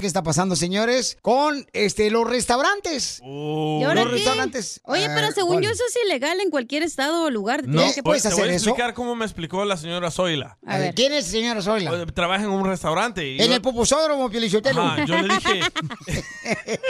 ¿Qué está pasando, señores? Con este los restaurantes. Oh. ¿Y ahora los qué? restaurantes. Oye, eh, pero según ¿cuál? yo eso es ilegal en cualquier estado o lugar. Tienes que- ¿qué puedes pues, te hacer voy a eso? explicar cómo me explicó la señora Zoila. A ver, ¿Quién es, señora Zoila? Eh, Trabaja en un restaurante. Y En yo, el popusódromo, Piolichotelo. Ajá, yo le dije,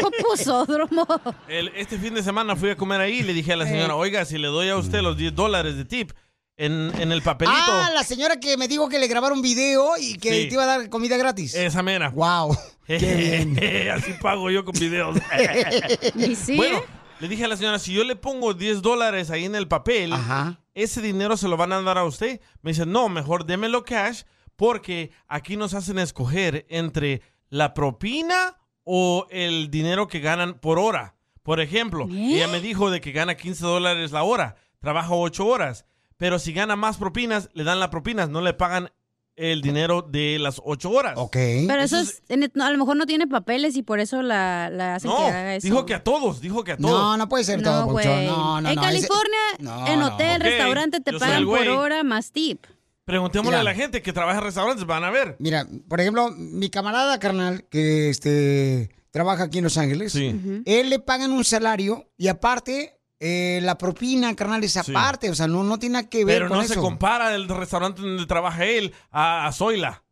Popusódromo. el- este fin de semana fui a comer ahí y le dije a la señora, oiga, si le doy a usted los 10 dólares de tip en, en el papelito. Ah, la señora que me dijo que le grabaron video y que Sí. te iba a dar comida gratis. Esa mera. Wow. Así pago yo con videos. ¿Y sí? Bueno, le dije a la señora, si yo le pongo 10 dólares ahí en el papel, Ajá. ese dinero se lo van a dar a usted. Me dice, no, mejor démelo cash porque aquí nos hacen escoger entre la propina o el dinero que ganan por hora. Por ejemplo, ¿Eh? ella me dijo de que gana 15 dólares la hora, trabaja 8 horas, pero si gana más propinas, le dan las propinas, no le pagan el dinero de las 8 horas. Ok. Pero eso es, en- no, a lo mejor no tiene papeles y por eso la, la hacen que No, haga eso. dijo que a todos, dijo que a todos. No, no puede ser todo, No, güey. Pauchón. No, no, en no. ese- California, No, en no. hotel, Ok, restaurante, te yo soy pagan el por güey. hora más tip. Preguntémosle Mira. a la gente que trabaja en restaurantes, van a ver. Mira, por ejemplo, mi camarada carnal, que este trabaja aquí en Los Ángeles, Sí. él le pagan un salario y aparte eh, la propina, carnal, es Sí. aparte. O sea, no, no tiene nada que ver Pero con no eso. se compara el restaurante donde trabaja él a, a Zoila,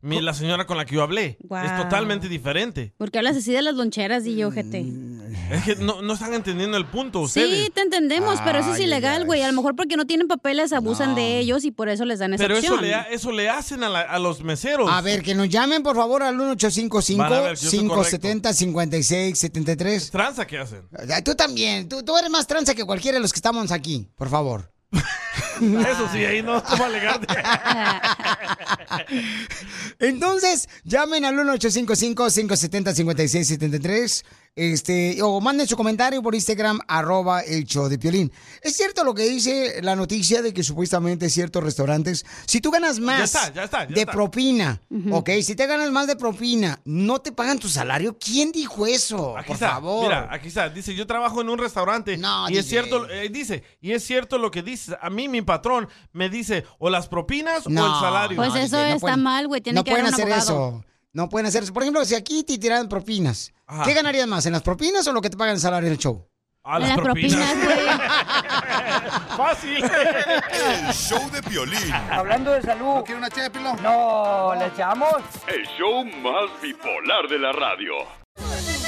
mi- la señora con la que yo hablé. Guau. Es totalmente diferente. Porque hablas así de las loncheras y yo, Mm, GT. Es que no, no están entendiendo el punto ustedes. Sí, te entendemos, pero eso es Ay, ilegal, ay, güey. ay. A lo mejor porque no tienen papeles abusan No. de ellos y por eso les dan esa Pero eso opción. le, ha- eso le hacen a, la- a los meseros. A ver, que nos llamen por favor al Van a ver si yo estoy correcto. 1-855-570-5673. Tranza que hacen. Ay, Tú también, tú, tú eres más tranza que cualquiera de los que estamos aquí, por favor. Eso sí, ahí no te va a alegar. de- Entonces, llamen al 1-855-570-5673. Este, o manden su comentario por Instagram, arroba el show de Piolín. Es cierto lo que dice la noticia de que supuestamente ciertos restaurantes, si tú ganas más está, ya está, ya de está. propina, ok, si te ganas más de propina, no te pagan tu salario. ¿Quién dijo eso? Aquí por está, favor. mira, aquí está. Dice, yo trabajo en un restaurante No, y es DJ. cierto, eh, dice, y es cierto lo que dices. A mí mi patrón me dice o las propinas o No, el salario. Pues no, eso DJ, no está pueden- mal, güey, tiene no que pueden haber un hacer abogado. eso. No pueden hacer eso. Por ejemplo, si aquí te tiran propinas, Ajá. ¿qué ganarías más? ¿En las propinas o lo que te pagan el salario del show? A las propinas, güey. Fácil. El show de violín. Hablando de salud. ¿No quiere una ché No, ¿le echamos? El show más bipolar de la radio.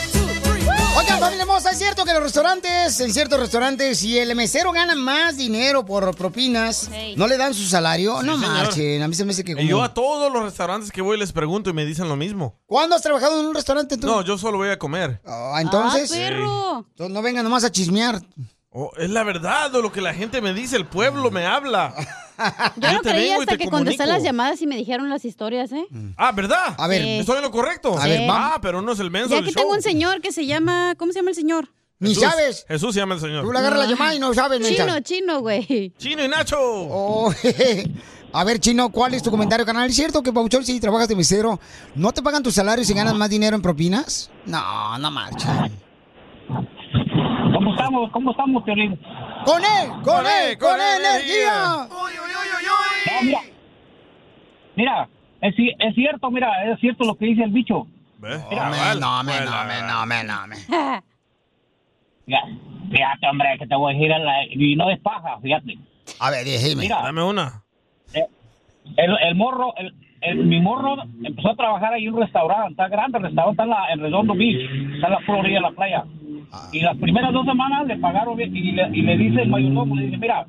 Oigan, familia hermosa, es cierto que los restaurantes, en ciertos restaurantes, si el mesero gana más dinero por propinas, Hey. no le dan su salario, no señor. marchen. A mí se me hace que. Y yo como- a todos los restaurantes que voy les pregunto y me dicen lo mismo. ¿Cuándo has trabajado en un restaurante tú? No, yo solo voy a comer. Ah, entonces, Ah, perro. entonces no vengan nomás a chismear. Oh, es la verdad, o lo que la gente me dice, el pueblo me habla. Yo no te creí veo y hasta te que contesté comunico. las llamadas y me dijeron las historias, ¿eh? Ah, ¿verdad? A ver, Sí. Estoy en lo correcto. A ver, Sí. vamos. Ah, pero no es el menso Ya del que show. tengo un señor que se llama, ¿cómo se llama el señor? ni Jesús. sabes. Jesús se llama el Tú señor. le agarras la llamada y no sabes, mensa. Chino, chino, güey. Chino y Nacho. Oh, jeje. a ver, Chino, ¿cuál es tu comentario, canal? ¿Es cierto que, Pauchón, si trabajas de mesero, no te pagan tu salario si ganas más dinero en propinas? No, no marchen. ¿Cómo estamos? ¿Cómo estamos, Piolín? ¡Con él! ¡Con él! ¡Con él, energía! No, mira, mira es, ci- es cierto, mira, es cierto lo que dice el bicho. ¿Ves? No, me, Cabal. no, me, no, Bueno, me, no, me, no, me. Mira, Fíjate, hombre, que te voy a decir, a la- y no es paja, fíjate. A ver, dime. Mira, Eh, Dame una. el, el morro, el, eh, mi morro empezó a trabajar ahí en un restaurante, está grande el restaurante, está en, la, en Redondo Beach, está en la Florida, la playa. Ah. Y las primeras dos semanas le pagaron bien y le, y le dice el mayordomo, le dice, mira,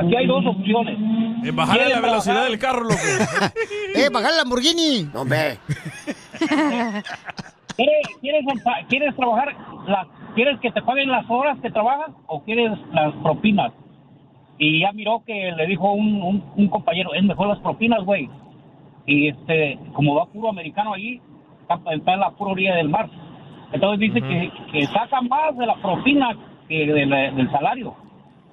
aquí hay dos opciones. Eh, bajarle la ¿Quieren velocidad trabajar? del carro, loco. ¡Eh, bajar el Lamborghini! No, ve. ¿Quieres, quieres, quieres trabajar, las- quieres que te paguen las horas que trabajas o quieres las propinas? Y ya miró que le dijo un, un- un compañero, es mejor las propinas, güey. Y este, como va puro americano allí, está, está en la pura orilla del mar. Entonces dice que, que sacan más de la propina que de la- del salario.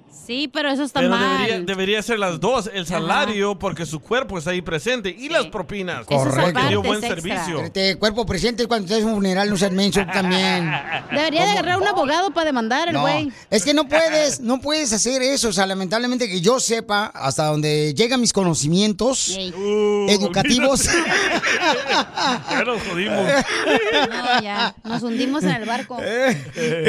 Sí, pero eso está Pero mal. debería, debería ser las dos, el salario porque su cuerpo está ahí presente y las propinas. Eso es Correcto. Porque dio aparte, buen es extra. servicio. Este cuerpo presente cuando estés en un funeral, no seas menso tú también. Debería de agarrar un abogado para demandar el No, güey. es que no puedes, no puedes hacer eso. O sea, lamentablemente que yo sepa hasta donde llegan mis conocimientos Ey. Uh, educativos. Ya nos jodimos. No, ya. Nos hundimos en el barco. Eh,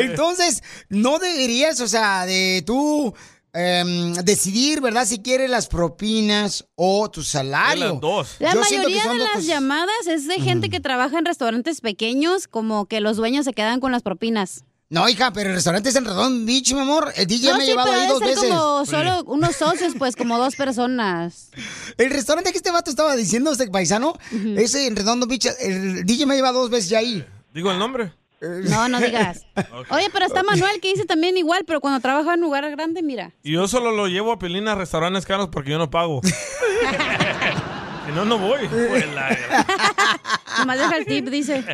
Entonces, no deberías, o sea, de tú em, decidir, ¿verdad? Si quieres las propinas o tu salario. Las dos. La Yo siento que mayoría son de dos las cosas- llamadas es de gente que trabaja en restaurantes pequeños, como que los dueños se quedan con las propinas. No, hija, pero el restaurante es en Redón Beach, mi amor. El DJ no, me ha sí, llevado pero ahí ha de dos ser veces. como solo unos socios, pues como dos personas. El restaurante que este vato estaba diciendo, este paisano, ese en Redondo Beach, el DJ me lleva dos veces ya ahí. Digo el nombre. Eh, No, no digas. Oye, pero está Manuel que dice también igual, pero cuando trabaja en lugar grande, mira. Y yo solo lo llevo a Pelín a restaurantes caros porque yo no pago. si no, no voy. Pues la- Nomás deja el tip, dice.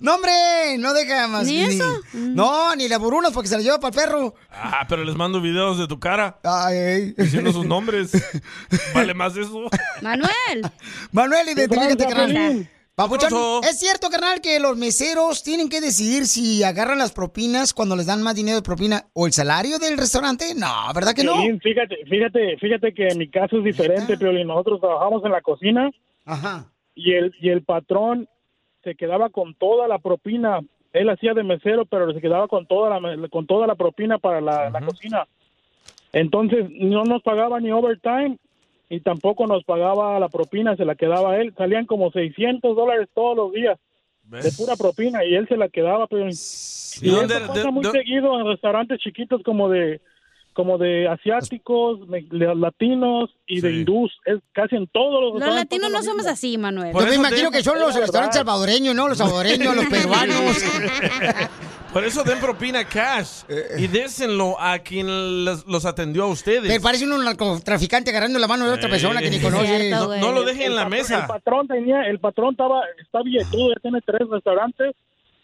No, hombre, no deja más. ¿Ni eso? Mm. No, ni la burunas porque se la lleva para el perro. Ah, pero les mando videos de tu cara Ay, diciendo sus nombres. Vale más eso. Manuel. Manuel, identifícate, carnal. Papuchón, Oso. ¿es cierto, carnal, que los meseros tienen que decidir si agarran las propinas cuando les dan más dinero de propina o el salario del restaurante? No, ¿verdad que no? Piolín, fíjate, fíjate, fíjate que mi caso es diferente, Piolín. Nosotros trabajamos en la cocina Ajá. y el, y el patrón se quedaba con toda la propina. Él hacía de mesero, pero se quedaba con toda la, me- con toda la propina para la, la cocina. Entonces, no nos pagaba ni overtime y tampoco nos pagaba la propina, se la quedaba él. Salían como 600 dólares todos los días de pura propina y él se la quedaba, Piolín. ¿Y Y dónde- eso pasa de- muy de- seguido en restaurantes chiquitos como de como de asiáticos, me- de latinos y de hindús, es casi en todos los Los restaurantes pasa latinos lo no somos mismo. así, Manuel. Por Yo me eso imagino te- que son los la restaurantes verdad. salvadoreños, ¿no? Los salvadoreños, los peruanos. Por eso den propina cash Eh. y désenlo a quien los, los atendió a ustedes. Pero parece un narcotraficante agarrando la mano de otra persona que ni Eh, conoce. cierto, No, güey. no lo dejen en la El mesa. patrón tenía, el patrón estaba está billetudo, ya tiene tres restaurantes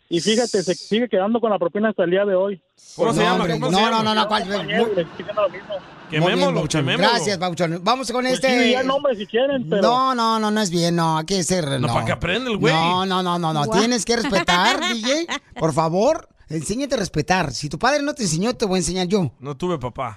y fíjate, se sigue quedando con la propina hasta el día de hoy. ¿Cómo se No, llama? hombre, ¿Cómo no, se no, llama? no, no, cuál- muy- Compañero, pues le estoy diciendo lo mismo. muy bien, Quemémoslo, Papuchón. quemémoslo. Gracias, Pauchón. Vamos con Pues sí, este. ya nombres si quieren, pero No, no, no, no es bien, no, hay que ser, no. para que aprenda el güey. No, no, no, no, no, Guau. tienes que respetar, DJ, por favor, enséñate a respetar. Si tu padre no te enseñó, te voy a enseñar yo. No tuve papá.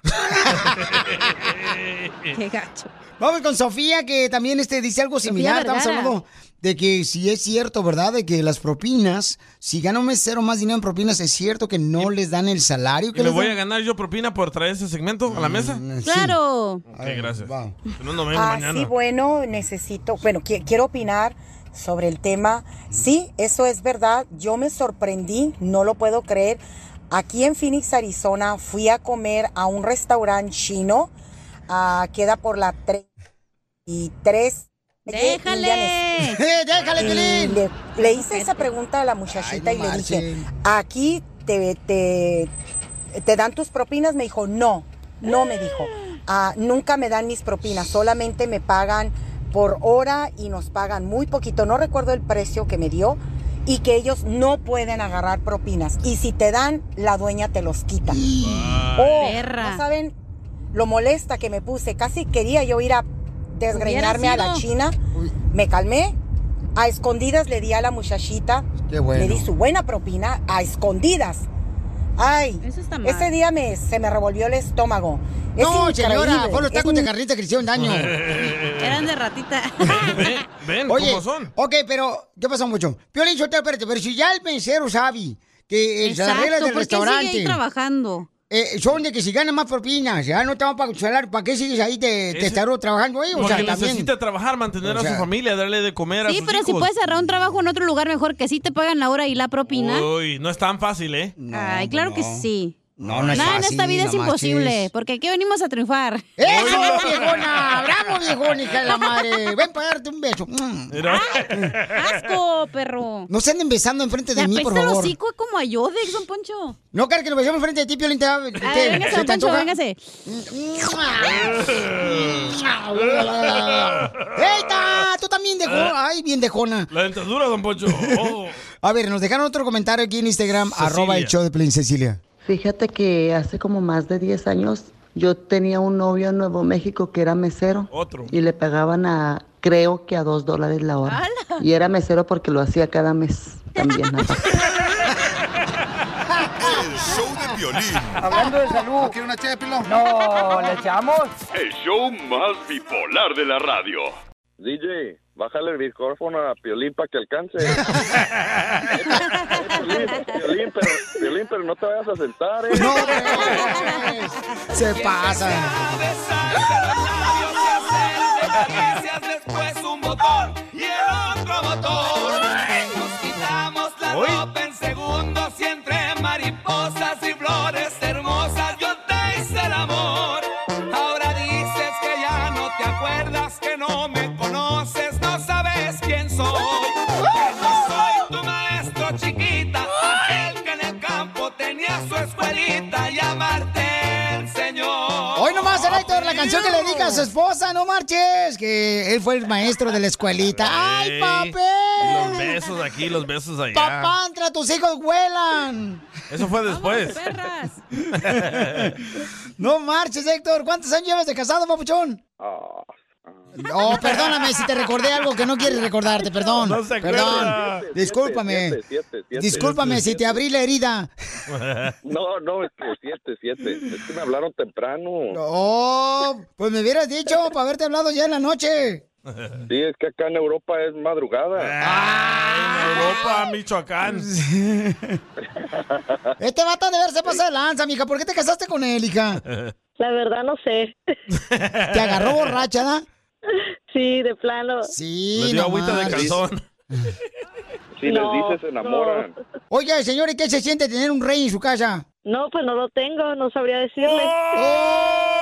Qué gacho. Vamos con Sofía, que también este, dice algo similar, estamos Vergara. hablando de que si es cierto, ¿verdad? De que las propinas, si gana un mesero más dinero en propinas, es cierto que no les dan el salario que ¿Y me les voy a dan? ganar yo propina por traer ese segmento a la mesa? Mm, sí. Claro. Ok, Ay, gracias. wow. Si No, nos vemos Ah, mañana. sí, bueno, necesito, bueno, qui- quiero opinar sobre el tema. Sí, eso es verdad, yo me sorprendí, no lo puedo creer. Aquí en Phoenix, Arizona, fui a comer a un restaurante chino, ah, queda por la 33. Indian Déjale. ¡Eh, déjale, y Piolín! le, le hice esa pregunta a la muchachita Ay, no y le dije, marchen. aquí te, te, te dan tus propinas. Me dijo, no, no me dijo. "Ah, nunca me dan mis propinas, solamente me pagan por hora y nos pagan muy poquito. No recuerdo el precio que me dio y que ellos no pueden agarrar propinas. Y si te dan, la dueña te los quita. Oh, Perra. no saben lo molesta que me puse. Casi quería yo ir a desgreñarme a la sido. China. Uy. Me calmé. A escondidas le di a la muchachita. Qué bueno. Le di su buena propina a escondidas. Ay, Eso está mal. ese día me, se me revolvió el estómago. Es No, señora, increíble. fue los Es tacos de in- carnita que le hicieron daño. Eran de ratita. Ven, ven Oye, ¿cómo son? ok, pero ¿qué pasó, mucho? Piolín, yo te espérate, pero si ya el mesero sabe que el salario Exacto, del ¿por qué sigue restaurante... ahí trabajando? eh, son de que si ganan más propinas, ya no te van a pagar tu salario, ¿para qué sigues ahí te, te estaró trabajando ahí? O Porque sea, también. necesita trabajar, mantener a O sea- su familia, darle de comer a Sí, sus pero si hijos. puedes cerrar un trabajo en otro lugar mejor que sí te pagan la hora y la propina. Uy, no es tan fácil, ¿eh? Ay, claro que sí. No, Nada en esta vida es imposible, porque aquí venimos a triunfar. ¡Eso, viejona! ¡Bravo, viejona, hija de la madre! Ven para darte un beso. Mm. ¡Asco, perro! No se anden besando enfrente de Le mí, por apesta el favor. hocico como a Yodex, don Poncho. No, cara, que nos besemos enfrente de ti, Piolín. Te va te- A ver, véngase, ¿se don te Poncho, antoja? Mm, véngase. ah. ¡Eita! ¡Tú también dejó! ¡Ay, bien dejona! Eh. La dentadura, don Poncho. Oh. A ver, nos dejaron otro comentario aquí en Instagram, Cecilia. arroba el show de Piolín, Cecilia. Fíjate que hace como más de 10 años yo tenía un novio en Nuevo México que era mesero. Otro. Y le pagaban a, creo que a 2 dólares la hora. ¡Hala! Y era mesero porque lo hacía cada mes también. nada más. El show de violín. Hablando de salud. ¿No quiere una ché de pilón? No, ¿le echamos? El show más bipolar de la radio. DJ, bájale el micrófono a Piolín para que alcance. Piolín, Piolín, pero, Piolín, pero no te vayas a sentar, ¿eh? Se pasa. después un botón y el otro botón. Nos quitamos la ropa en segundos y entre mariposas y flores hermosas yo te hice el amor. Ahora dices que ya no te acuerdas, que no me conoces, no sabes quién soy. Que no soy tu maestro chiquita, aquel que en el campo tenía su escuelita y amarte el Señor. Ah, Hoy nomás el Héctor, la canción que le dedica a su esposa, no marches, que él fue el maestro de la escuelita. ¡Ay, Ey, Los papel! besos aquí, los besos allá. ¡Papá, entra, tus hijos vuelan! Eso fue después. No marches, Héctor. ¿Cuántos años llevas de casado, papuchón? Ah, Oh, perdóname si te recordé algo que no quieres recordarte, perdón. No se acuerda. perdón. Siete, Discúlpame. siete, siete, siete. Discúlpame si te abrí la herida. no, no, es que siete, siete. Es que me hablaron temprano. Oh, pues me hubieras dicho para haberte hablado ya en la noche. Sí, es que acá en Europa es madrugada. Europa, Ah, Michoacán. Este vato ha de verse pasa de lanza, mija. ¿Por qué te casaste con él, hija? La verdad no sé. ¿Te agarró borracha, da? Sí, de plano. Sí. Le dio agüita de calzón. Si No, les dices, se enamoran. Oye, señor, ¿y qué se siente tener un rey en su casa? No, pues no lo tengo, no sabría decirle. ¡Oh!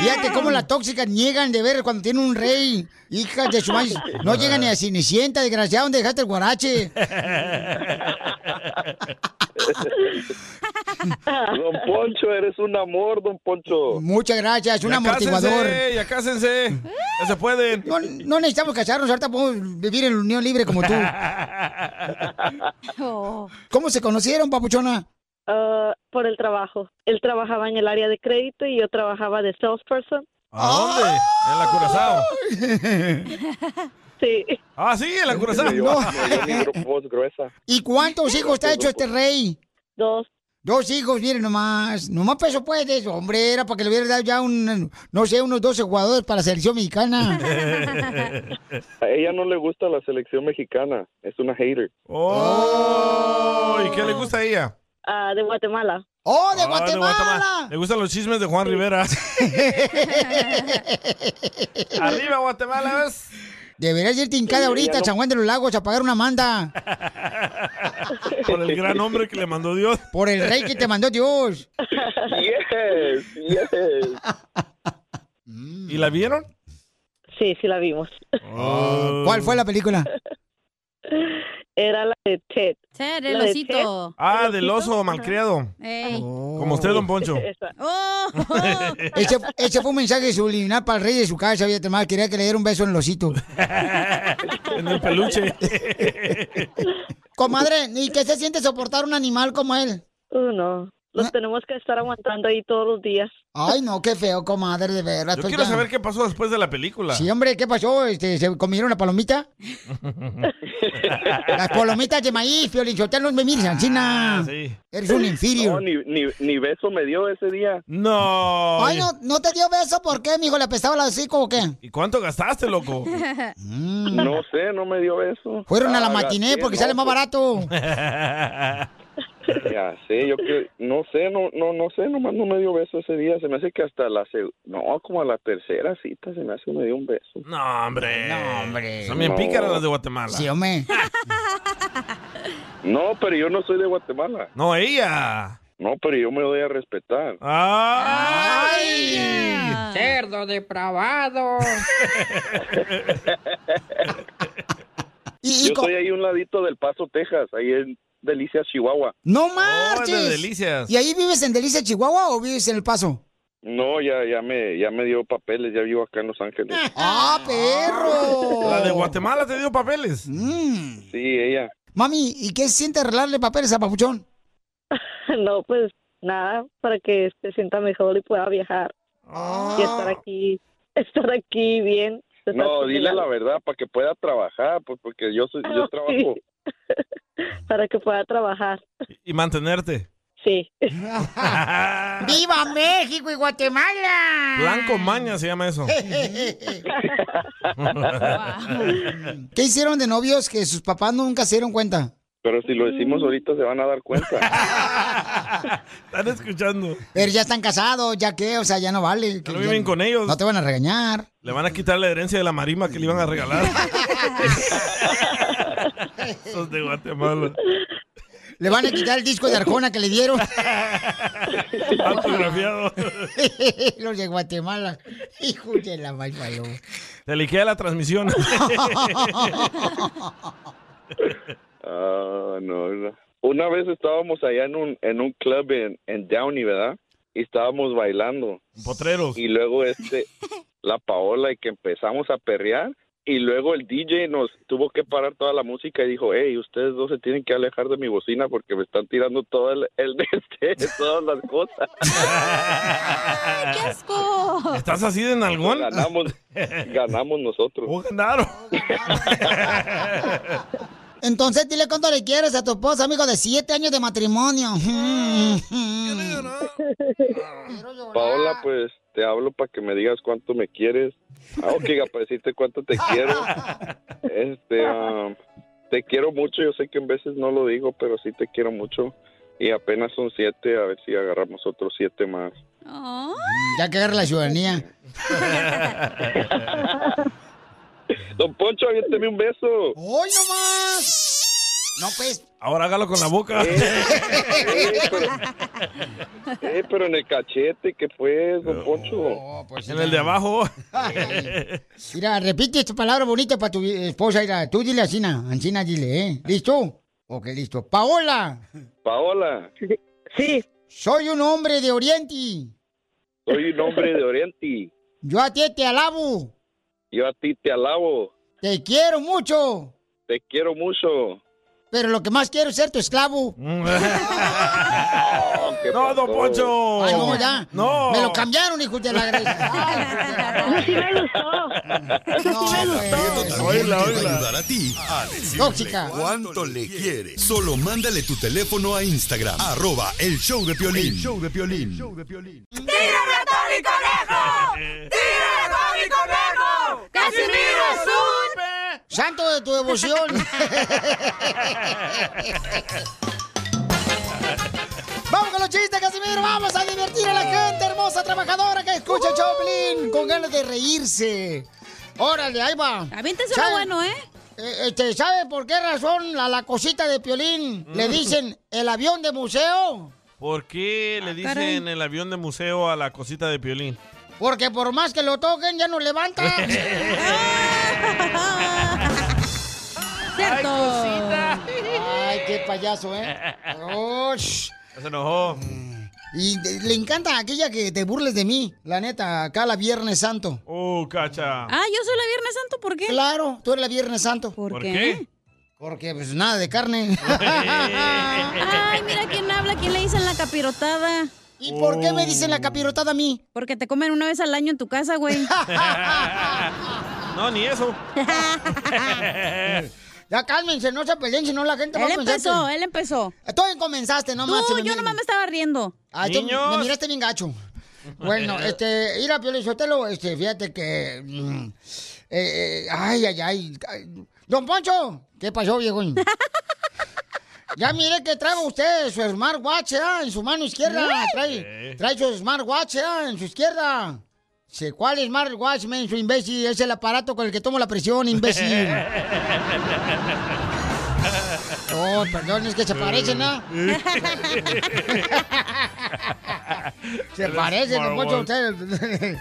Fíjate cómo las tóxicas niegan de ver cuando tiene un rey. Hijas de su madre. No llegan ni a Cinecienta, desgraciado, ¿dónde dejaste el guarache? Don Poncho, eres un amor, don Poncho. Muchas gracias, un Ya amortiguador. cásense, ya cásense. No se pueden. No, no necesitamos casarnos, ahorita podemos vivir en la unión libre como tú. Oh. ¿Cómo se conocieron, papuchona? Ah, por el trabajo. Él trabajaba en el área de crédito y yo trabajaba de salesperson. ¿A dónde? En la Curazao. Sí. Ah, sí, en la Curazao. No. Voz gruesa. ¿Y cuántos hijos te ha hecho este rey? Dos. Dos hijos, miren nomás. Nomás peso puedes, hombre, era para que le hubiera dado ya un, no sé, unos 12 jugadores para la selección mexicana. A ella no le gusta la selección mexicana, es una hater. Oh, ¿y qué le gusta a ella? Ah, de Guatemala. ¡Oh, Ah, Le gustan los chismes de Juan Rivera. Arriba, Guatemala, ¿ves? Deberías irte en Sí, cada ya ahorita, no- a San Juan de los Lagos, a pagar una manda Por el gran hombre que le mandó Dios. por el rey que te mandó Dios. Yes, yes. Mm. ¿Y la vieron? Oh. Sí, sí la vimos. Oh. ¿Cuál fue la película? Era la de Ted. Ted, La el de osito. Ted. Ah, del oso malcriado. Ey. Oh. Como usted, don Poncho. Esa. Ese, ese fue un mensaje subliminal para el rey de su casa, fíjate más, quería que le diera un beso en el osito. en el peluche. Comadre, ¿y qué se siente soportar un animal como él? Uh, no, los tenemos que estar aguantando ahí todos los días. Ay, no, qué feo, comadre, de verdad. Yo estoy quiero ya- saber qué pasó después de la película. Sí, hombre, ¿qué pasó? Este, ¿Se comieron la palomita? Las palomitas de maíz, Piolín, no me miras, Ah, Ah, China. Eres un inferior. No, ni, ni, ni beso me dio ese día. No. Ay, no, ¿no te dio beso? ¿Por qué, mijo? ¿Le apestaba la hocico o qué? ¿Y cuánto gastaste, loco? Mm. No sé, no me dio beso. Fueron a la Ah, matiné gasté, porque no, sale más pues, barato. Ya sé, yo que no sé, no no no sé, nomás no me dio beso ese día, se me hace que hasta la seg- no, como a la tercera cita se me hace que me dio un beso. No, hombre. No, hombre. Son bien No. pícaras las de Guatemala. Sí, hombre. No, pero yo no soy de Guatemala. No, ella. No, pero yo me doy a respetar. ¡Ay! Cerdo depravado. yo estoy ahí un ladito del Paso, Texas, ahí en Delicias, Chihuahua. No marches. Oh, de Delicias. ¿Y ahí vives en Delicias, Chihuahua o vives en El Paso? No, ya ya me ya me dio papeles, ya vivo acá en Los Ángeles. ¡Ah, perro! La de Guatemala te dio papeles. Mm. Sí, ella. Mami, ¿y qué siente arreglarle papeles a Papuchón? No, pues nada, para que se sienta mejor y pueda viajar. Ah. Y estar aquí, estar aquí bien. estar No, dile tutelado, la verdad para que pueda trabajar, pues porque yo soy- yo Ah, trabajo. Para que pueda trabajar, Y mantenerte. sí. ¡Viva México y Guatemala! Blanco Maña se llama eso. ¿Qué hicieron de novios que sus papás nunca se dieron cuenta? Pero si lo decimos ahorita se van a dar cuenta. Están escuchando. Pero ya están casados, ya que, o sea, ya no vale. que lo ya viven no- con ellos. No te van a regañar. Le van a quitar la herencia de la marima que le iban a regalar. Esos de Guatemala. Le van a quitar el disco de Arjona que le dieron. Autografiado. Los de Guatemala. Hijo de la mal paloma. Te liquea la transmisión. Ah, no, no. Una vez estábamos allá en un en un club en, en Downey, ¿verdad? Y estábamos bailando. Potreros. Y luego este la Paola y que empezamos a perrear y luego el DJ nos tuvo que parar toda la música y dijo, hey, ustedes dos se tienen que alejar de mi bocina porque me están tirando todo el, el este, todas las cosas. Oh. ¿Estás así de nalgón? Oh, Ganamos, ganamos nosotros. ganaron. Entonces dile cuánto le quieres a tu esposa, amigo, de siete años de matrimonio. Mm. Paola, pues te hablo para que me digas cuánto me quieres. Ah, ok, para decirte cuánto te quiero. Este, ah, te quiero mucho. Yo sé que en veces no lo digo, pero sí te quiero mucho. Y apenas son siete, a ver si agarramos otros siete más. ya que agarra la ciudadanía. Don Poncho, aviénteme un beso. ¡Hoy no más! No, pues. Ahora hágalo con la boca. Eh, pero en el cachete, ¿qué fue, Don Poncho? en el de abajo. Mira, repite esta palabra bonita para tu esposa. Mira, tú dile a China. Ancina, dile, ¿eh? ¿Listo? Ok, listo. Paola. Paola, Sí. Soy un hombre de Oriente. soy un hombre de Oriente. Yo a ti te alabo. Yo a ti te alabo. Te quiero mucho. Te quiero mucho. Pero lo que más quiero es ser tu esclavo. ¿Qué No, don pasó? Poncho. Ay, no, ya. No. Me lo cambiaron, hijo de la gran. Sí me gustó. No, También te va a ayudar a ti a decirle Tóxica. cuánto le quiere. Solo mándale tu teléfono a Instagram, arroba el show de Piolín. show de Piolín. ¡Tírame a Tony Conejo! ¡Tírame a Tony Conejo! ¡Casimiro es un... Santo de tu devoción. Vamos con los chistes, Casimiro. Vamos a divertir a la gente hermosa trabajadora que escucha Uh-huh. Choplin con ganas de reírse. Órale, ahí va. Aviéntese uno ¿Sabe- bueno, ¿eh? Este, ¿sabe por qué razón a la cosita de Piolín le Mm. dicen el avión de museo? ¿Por qué le dicen Ah, caray. el avión de museo a la cosita de piolín? Porque por más que lo toquen, ya no levanta. Cierto. cosita. Ay, qué payaso, ¿eh? Osh. Ya Se enojó. Y de- le encanta aquella que te burles de mí, la neta, acá la Viernes Santo. Oh, cacha. Ah, yo soy la Viernes Santo, ¿por qué? Claro, tú eres la Viernes Santo. ¿Por qué? qué? Porque pues nada de carne. Ay, mira quién habla, quién le dicen la capirotada. ¿Y por qué me dicen la capirotada a mí? Porque te comen una vez al año en tu casa, güey. No, ni eso. ya cálmense, no se peleen, si no la gente va Él a pensar empezó, que- él empezó. Tú comenzaste, no más. Tú, yo nomás me estaba riendo. Ay, tú me miraste bien gacho. Eh, Bueno, este, ir a Piolín Sotelo, este, fíjate que... mm, eh, eh, ay, ay, ay, ay. Don Poncho, ¿qué pasó, viejo? Ya mire que trae usted su smartwatch ¿ah? en su mano izquierda. Sí. Trae, trae su smartwatch ¿ah? en su izquierda. Sé cuál smartwatch, men, su imbécil. Es el aparato con el que tomo la presión, imbécil. Oh, perdón, es que se parecen, ¿ah? se El parecen, don Poncho, smartwatch. ustedes.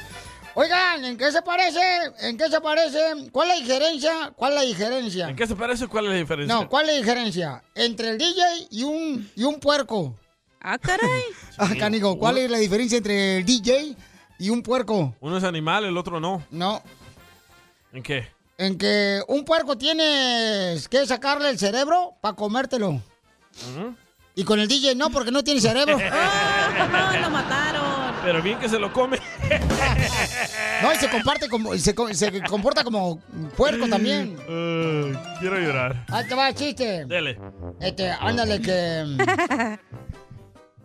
Oigan, ¿en qué se parece? ¿En qué se parece? ¿Cuál es la diferencia? ¿Cuál es la diferencia? ¿En qué se parece? ¿Cuál es la diferencia? No, ¿cuál es la diferencia? Entre el DJ y un, y un puerco. Ah, caray. ah, canigo, ¿cuál es la diferencia entre el DJ y un puerco? Uno es animal, el otro no. No. ¿En qué? En que un puerco tienes que sacarle el cerebro para comértelo. Y con el DJ no, porque no tiene cerebro. lo mataron. Pero bien que se lo come. No, y se comparte como, y se, co- se comporta como puerco también. Eh, quiero llorar. Ahí te va el chiste. Dele. Este, ándale que.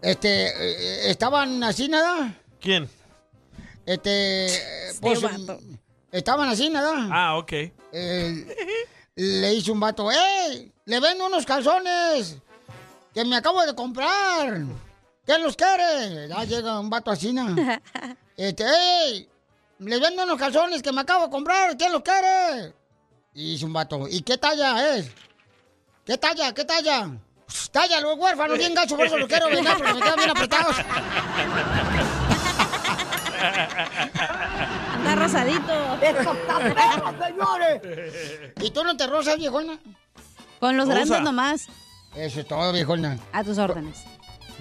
Este, eh, estaban así nada. ¿Quién? Este. eh, pues, estaban así nada. Ah, ok. Eh, le dice un vato, ¡Ey! Le vendo unos calzones que me acabo de comprar. ¿Qué los quiere? Ya llega un vato así, ¿no? Este, ¡Ey! Le vendo unos calzones que me acabo de comprar. ¿Quién los quiere? Y dice un vato, Oh, ¿y qué talla es? ¿Qué talla? ¿Qué talla? Pues, Talla, los huérfanos, bien gacho, por eso los quiero vender, porque me quedan bien apretados. Está rosadito. señores! ¿Y tú no te rozas, viejona? Con los Rosa. grandes nomás. Eso es todo, viejona. A tus órdenes.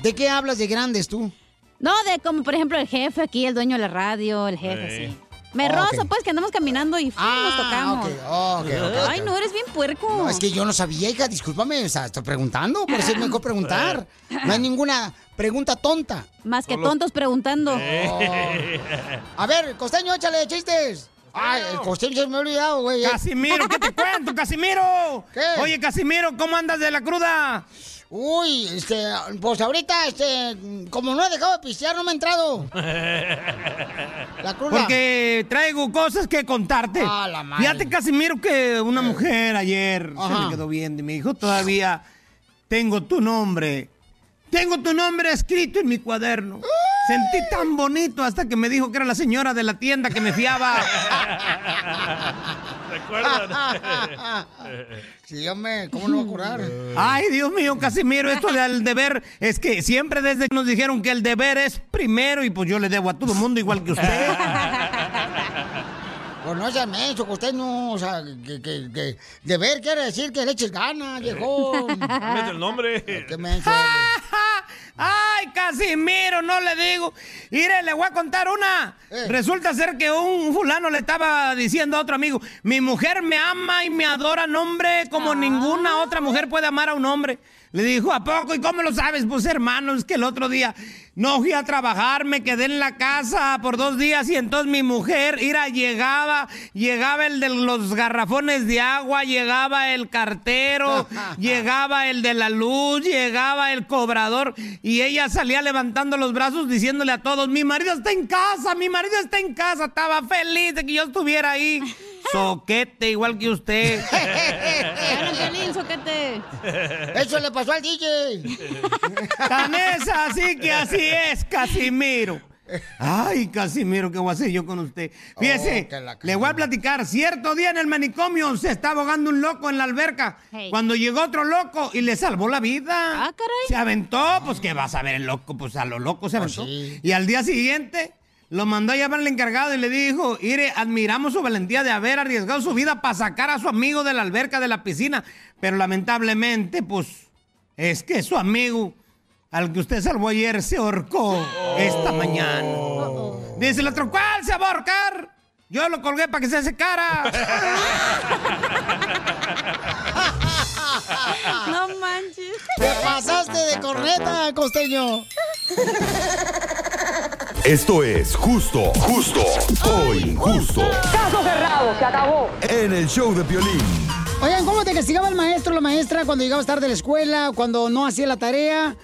¿De qué hablas de grandes tú? No, de como por ejemplo el jefe aquí, el dueño de la radio, el jefe, sí. Me Ah, rozo, ok. Ah, pues, que andamos caminando y ¡fum! nos tocamos. ok, ok, ok. Ay, no, eres bien puerco. No, es que yo no sabía, hija, discúlpame, o sea, estoy preguntando, por eso me dejo preguntar. No hay ninguna pregunta tonta. Más que tontos preguntando. A ver, costeño, échale chistes. Ay, el costeño se me ha olvidado, güey. Casimiro, ¿qué te cuento, Casimiro? ¿Qué? Oye, Casimiro, ¿cómo andas de la cruda? Uy, este, pues ahorita, este, como no he dejado de pistear, no me he entrado. La cruda. Porque traigo cosas que contarte. Ah, la madre. Eh. Fíjate, Casimiro, que una mujer ayer se Ajá. me quedó viendo y me dijo, todavía tengo tu nombre. Tengo tu nombre escrito en mi cuaderno. Sentí tan bonito hasta que me dijo que era la señora de la tienda que me fiaba. ¿Recuerdan? Ah, Sí, hombre, ¿cómo no va a curar? Ay, Dios mío, Casimiro, esto del deber es que siempre desde que nos dijeron que el deber es primero y pues yo le debo a todo el mundo igual que usted. Pues no seas menso, costeño, o sea, que, que, que deber quiere decir que le eches ganas, viejo. Mete Eh. el nombre. Qué menso. Ay, Casimiro, no le digo. Mire, le voy a contar una. Resulta ser que un fulano le estaba diciendo a otro amigo, mi mujer me ama y me adora, nombre, como ninguna otra mujer puede amar a un hombre. Le dijo, ¿a poco? ¿Y cómo lo sabes? Pues hermano, es que el otro día no fui a trabajar, me quedé en la casa por dos días y entonces mi mujer, mira, llegaba, llegaba el de los garrafones de agua, llegaba el cartero, llegaba el de la luz, llegaba el cobrador y ella salía levantando los brazos diciéndole a todos, mi marido está en casa, mi marido está en casa, estaba feliz de que yo estuviera ahí. Soquete, igual que usted. Gana, Piolín, soquete. Eso le pasó al DJ. Tan es así que así es, Casimiro. Ay, Casimiro, ¿qué voy a hacer yo con usted? Fíjese, Oh, que la- le voy a platicar. Cierto día en el manicomio se estaba ahogando un loco en la alberca. Hey. Cuando llegó otro loco y le salvó la vida. Ah, caray. Se aventó, pues que vas a ver el loco, pues a lo loco Ah, se aventó. Y al día siguiente lo mandó a llamar al encargado y le dijo, Ire, admiramos su valentía de haber arriesgado su vida para sacar a su amigo de la alberca de la piscina. Pero lamentablemente, pues, es que su amigo al que usted salvó ayer se ahorcó esta mañana. Dice el otro, ¿cuál se va a ahorcar? Yo lo colgué para que se secara. No manches. Ah, Te pasaste de corneta, costeño. Esto es justo, justo o injusto. Caso cerrado, se acabó. En el show de violín. Oigan, ¿cómo te castigaba el maestro o la maestra cuando llegabas tarde a la escuela, cuando no hacía la tarea?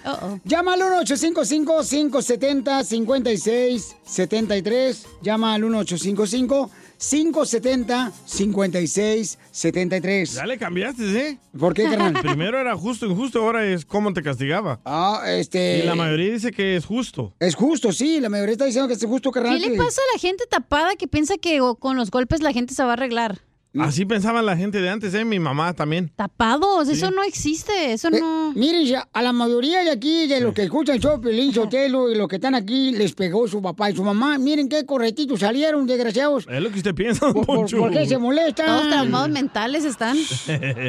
Llama al 1-855-570-5673. Llama al 1855 570-5673. Ya le cambiaste, ¿eh? ¿Por qué, carnal? Primero era justo, injusto, ahora es cómo te castigaba. Ah, este. Eh, Y la mayoría dice que es justo. Es justo, sí, la mayoría está diciendo que es justo, ¿Qué carnal. le que- pasa a la gente tapada que piensa que o, con los golpes la gente se va a arreglar? Así pensaba la gente de antes, ¿eh? Mi mamá también. Tapados, Sí. eso no existe, eso Eh, no... Miren, ya, a la mayoría de aquí, de los que escuchan el show, Pelín Sotelo y los que están aquí, les pegó su papá y su mamá. Miren qué corretitos salieron, desgraciados. Es lo que usted piensa, don ¿Por, por, Poncho. por qué se molestan? Todos traumados mentales están.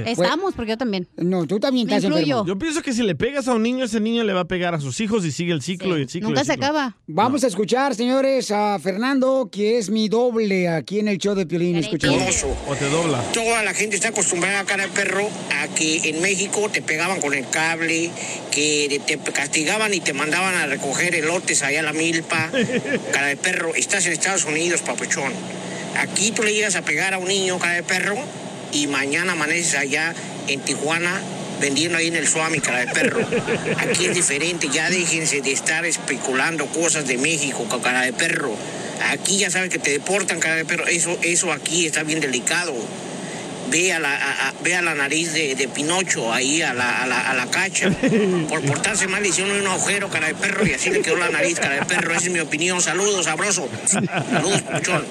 Estamos, porque yo también. No, tú también Me incluyo. Yo pienso que si le pegas a un niño, ese niño le va a pegar a sus hijos y sigue el ciclo y el ciclo. Nunca y el se ciclo. acaba. Vamos a escuchar, señores, a Fernando, que es mi doble aquí en el show de Piolín. Escuchen. O te dobla. Toda la gente está acostumbrada, cara de perro, a que en México te pegaban con el cable, que te castigaban y te mandaban a recoger elotes allá a la milpa. Cara de perro, estás en Estados Unidos, papuchón. Aquí tú le llegas a pegar a un niño, cara de perro, y mañana amaneces allá en Tijuana vendiendo ahí en el Suami, cara de perro. Aquí es diferente, ya déjense de estar especulando cosas de México, ca- cara de perro. Aquí ya saben que te deportan, cara de perro. Eso, eso aquí está bien delicado ve a la, a- a- ve a la nariz de, de Pinocho ahí a la, a, la, a la cacha. Por portarse mal le hicieron un agujero, cara de perro, y así le quedó la nariz, cara de perro. Esa es mi opinión. Saludos, sabroso. Saludos, puchón.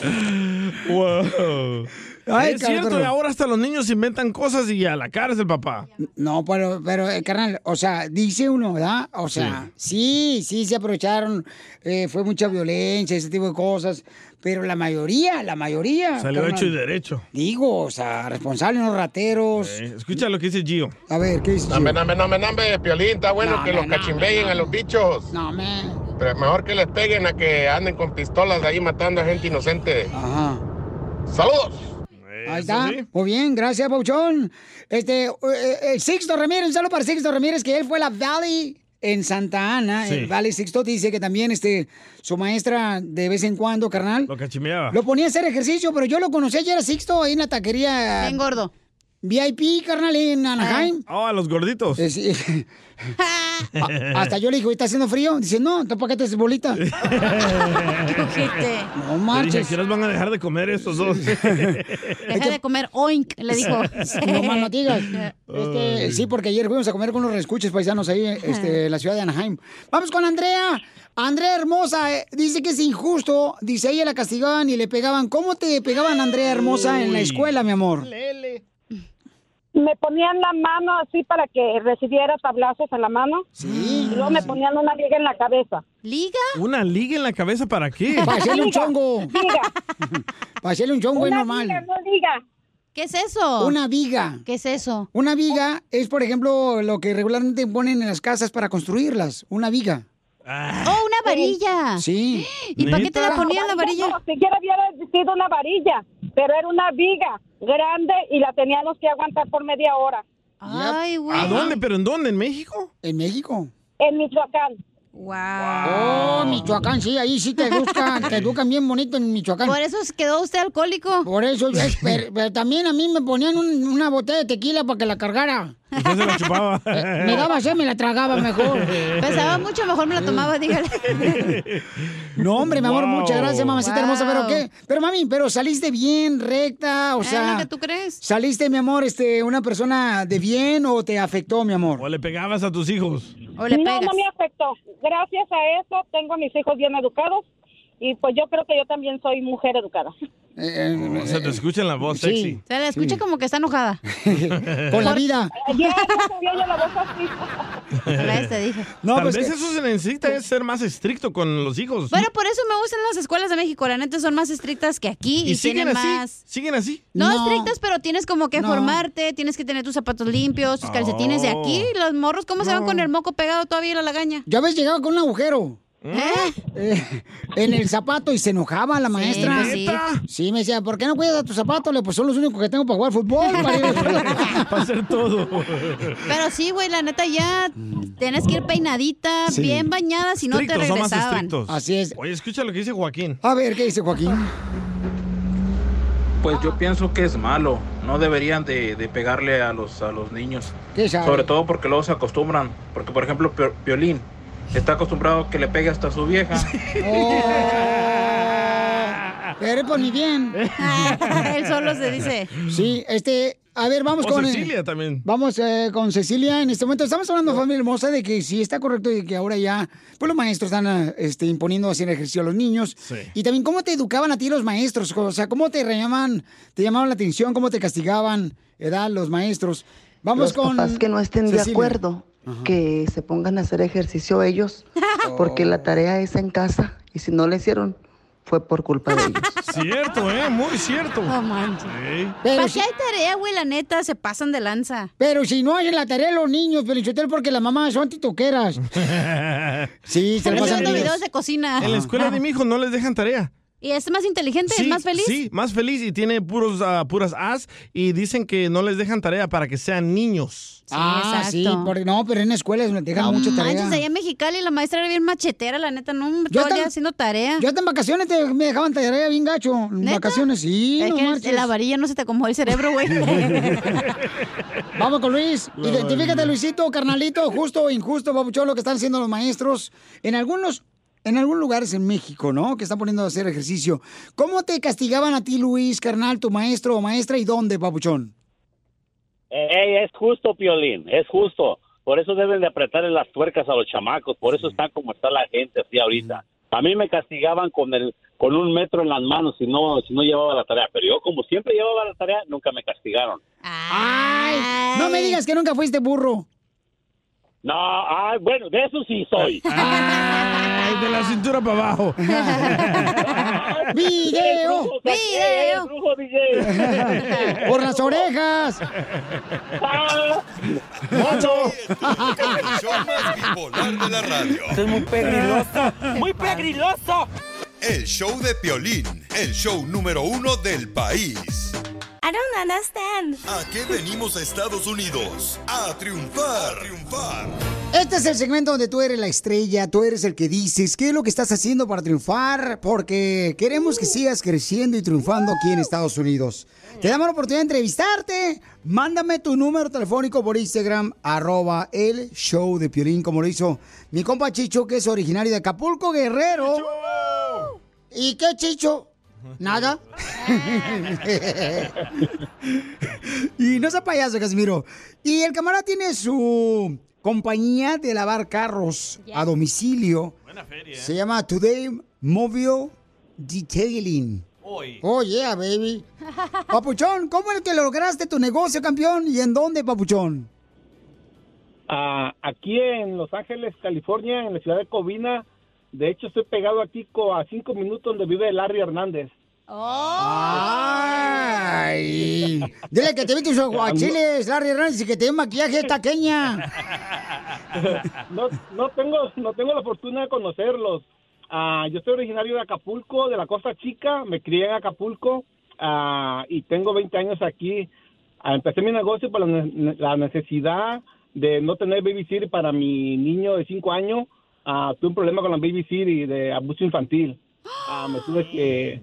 Wow. Ay, es cabrón. cierto, y ahora hasta los niños inventan cosas y a la cárcel, papá. No, pero, pero eh, carnal, o sea, dice uno, ¿verdad? O sea, sí, sí, se aprovecharon, eh, fue mucha violencia, ese tipo de cosas, pero la mayoría, la mayoría. Salió Ah, carnal, hecho y derecho. Digo, o sea, responsables, no rateros. Eh, Escucha lo que dice Gio. A ver, ¿qué dices? Dame, dame, dame, dame, Piolín, está bueno No, que no, los no, cachimbeguen a los bichos. No, me. Pero mejor que les peguen a que anden con pistolas ahí matando a gente inocente. Ajá. ¡Saludos! Ahí está. Muy bien, gracias, Pauchón. Este, eh, eh, Sixto Ramírez, un saludo para Sixto Ramírez, que él fue a la Valley en Santa Ana. Sí. El Valley Sixto dice que también este, su maestra de vez en cuando, carnal. Lo cachimeaba. Lo ponía a hacer ejercicio, pero yo lo conocí ayer a Sixto ahí en la taquería. Bien gordo. VIP, carnal, en Anaheim. Oh, a los gorditos. Eh, Ah. A- hasta yo le dije, "Oye, ¿está haciendo frío? Dice, no, ¿tú para qué te haces bolita? No Le dije, marches. "¿A ¿Qué nos van a dejar de comer estos dos? Deja de comer oink, le dijo. No más no digas. Este, Ay. sí, porque ayer fuimos a comer con los rescuches paisanos ahí este, en la ciudad de Anaheim. Vamos con Andrea. Andrea hermosa, eh, dice que es injusto. Dice, a ella la castigaban y le pegaban. ¿Cómo te pegaban, Andrea hermosa, en la Uy. escuela, mi amor? Me ponían la mano así para que recibiera tablazos en la mano. Y luego me ponían una liga en la cabeza. ¿Liga? ¿Una liga en la cabeza para qué? Para hacerle un chongo. Para hacerle un chongo es Una normal. viga, ¿Qué es eso? Una viga. ¿Qué es eso? Una viga es, por ejemplo, lo que regularmente ponen en las casas para construirlas. Una viga. ¡Oh, una varilla! Sí. ¿Y para qué te la ponían la varilla? No, siquiera hubiera sido una varilla, pero era una viga grande y la teníamos que aguantar por media hora. Ay, ¿A dónde? ¿Pero en dónde? ¿En México? En México. En Michoacán. Ah. Oh, Michoacán, sí, ahí sí te buscan, te educan bien bonito en Michoacán. Por eso quedó usted alcohólico. Por eso, es- per- pero también a mí me ponían un- una botella de tequila para que la cargara. Usted se la chupaba. Eh, Me daba sed, me la tragaba mejor. Eh. Pesaba mucho, mejor me la tomaba, dígale. No, hombre, mi amor, Wow. muchas gracias, mamacita Wow. hermosa, pero qué. Pero mami, pero saliste bien, recta, o Es sea. lo que tú crees. ¿Saliste, mi amor, este, una persona de bien o te afectó, mi amor? ¿O le pegabas a tus hijos? no, no me afectó. Gracias a eso tengo a mis hijos bien educados y pues yo creo que yo también soy mujer educada. O sea, te escuchan la voz sexy. Se la escucha como que está enojada. Con la vida. Yo, yo, yo la voz así. dije. No, Tal pues vez que- eso se necesita es ser más estricto con los hijos. Bueno, por eso me gustan las escuelas de México. La neta son más estrictas que aquí y, tienen así? más. ¿Siguen así? No, estrictas, pero tienes como que No. formarte, tienes que tener tus zapatos limpios, tus calcetines de Oh. aquí. Los morros, ¿cómo se van con el moco pegado todavía a la lagaña? Ya ves, llegaba con un agujero. Eh, en el zapato y se enojaba la maestra. pues sí. ¿Neta? Sí, me decía, ¿por qué no cuidas a tus zapatos? Le, pues son los únicos que tengo para jugar fútbol. Para hacer todo. Pero sí, güey, la neta ya tienes que ir peinadita, Mm. Sí. bien bañada, pues, si no te Estrictos, son más regresaban. estrictos. Así es. Oye, escucha lo que dice Joaquín. A ver, ¿qué dice Joaquín? Pues yo pienso que es malo, no deberían de, de pegarle a los, a los niños. ¿Qué sabe? Sobre todo porque luego se acostumbran, porque por ejemplo Pio- Piolín está acostumbrado a que le pegue hasta a su vieja. Oh. Pero pues ni bien. Él solo se dice. Sí, este, a ver, vamos O con... eh, Cecilia también. Vamos eh, con Cecilia en este momento. Estamos hablando, familia hermosa, de que sí está correcto y que ahora ya, pues los maestros están ah, este, imponiendo hacer ejercicio a los niños. Y también, ¿cómo te educaban a ti los maestros? O sea, ¿cómo te llamaban, te llamaban la atención? ¿Cómo te castigaban, edad, los maestros? los Vamos con... papás que no estén de Cecilia. acuerdo, que se pongan a hacer ejercicio ellos, porque la tarea es en casa y si no la hicieron fue por culpa de ellos. Cierto, ¿eh? Muy cierto. No manches. Pues Sí. ¿Para qué hay tarea, güey? La neta, se pasan de lanza. Pero si no hacen la tarea los niños, Pelichotel, porque las mamás son titoqueras. Sí, se Están la pasan haciendo días. videos de cocina. En la escuela de mi hijo no les dejan tarea. ¿Y es más inteligente? ¿Es más feliz? Sí, más feliz y tiene puros, ah, puras as y dicen que no les dejan tarea para que sean niños. ah, sí, exacto. Ah, porque- no, pero en escuelas me dejaba mucha tarea. Manches, allá en Mexicali la maestra era bien machetera, la neta, no, Yo todo el tan- día haciendo tarea. Yo hasta en vacaciones te- me dejaban tarea bien gacho. En ¿Neta? vacaciones, sí. Es no que marches. la varilla no se te acomodó el cerebro, güey. Vamos con Luis. La Identifícate, varilla. Luisito, carnalito, justo o injusto, papuchón, lo que están haciendo los maestros en algunos, en algunos lugares en México, ¿no? Que están poniendo a hacer ejercicio. ¿Cómo te castigaban a ti, Luis, carnal, tu maestro o maestra y dónde, papuchón? Ey, es justo, Piolín, es justo. Por eso deben de apretarle las tuercas a los chamacos, por eso están como está la gente así ahorita. A mí me castigaban con el con un metro en las manos si no si no llevaba la tarea, pero yo como siempre llevaba la tarea, nunca me castigaron. Ay, no me digas que nunca fuiste burro. No, ay, bueno, de eso sí soy. Ay, de la cintura para abajo. ¡Video! ¡Video! ¡Por las orejas! ¡Macho! Bipolar de la radio. Esto es muy pegriloso. ¡Muy pegriloso! El show de Piolín, el show número uno del país. I don't understand. ¿A qué venimos a Estados Unidos? A triunfar, a triunfar. Este es el segmento donde tú eres la estrella, tú eres el que dices qué es lo que estás haciendo para triunfar, porque queremos que sigas creciendo y triunfando aquí en Estados Unidos. Te damos la oportunidad de entrevistarte. Mándame tu número telefónico por Instagram, arroba el show de Piolín, como lo hizo mi compa Chicho, que es originario de Acapulco, Guerrero. ¿Y qué Chicho? Nada. Y no sea payaso, Casimiro. Y el camarada tiene su compañía de lavar carros a domicilio. Se llama Today Mobile Detailing. Hoy. Oh, yeah, baby. Papuchón, ¿cómo es que lograste tu negocio, campeón? ¿Y en dónde, Papuchón? Ah, aquí en Los Ángeles, California, en la ciudad de Covina. De hecho, estoy pegado aquí co- a cinco minutos donde vive Larry Hernández. Ay. Dile que te viste sus aguachiles, Larry Hernández, y que te dio maquillaje taqueña. No, no tengo, no tengo la fortuna de conocerlos. Ah, yo soy originario de Acapulco, de la Costa Chica. Me crié en Acapulco ah, y tengo 20 años aquí. Ah, empecé mi negocio por la, ne- la necesidad de no tener babysitter para mi niño de 5 años. Ah, tuve un problema con la babysitter y de abuso infantil. Ah, me tuve que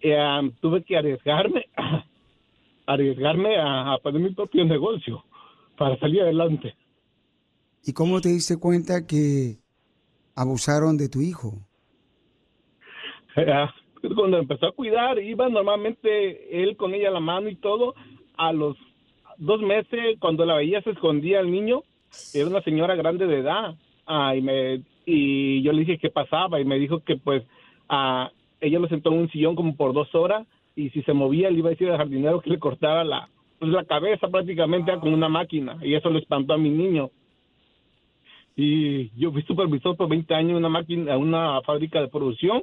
eh, ah, tuve que arriesgarme, arriesgarme a, a poner mi propio negocio para salir adelante. ¿Y cómo te diste cuenta que abusaron de tu hijo? Ah, cuando empezó a cuidar, iba normalmente él con ella a la mano y todo. A los dos meses, cuando la veía, se escondía el niño. Era una señora grande de edad. Ah, y, me, y yo le dije qué pasaba y me dijo que pues ah, ella lo sentó en un sillón como por dos horas y si se movía le iba a decir al jardinero que le cortara la, pues, la cabeza prácticamente ah, con una máquina y eso le espantó a mi niño. Y yo fui supervisor por 20 años en una máquina, en una fábrica de producción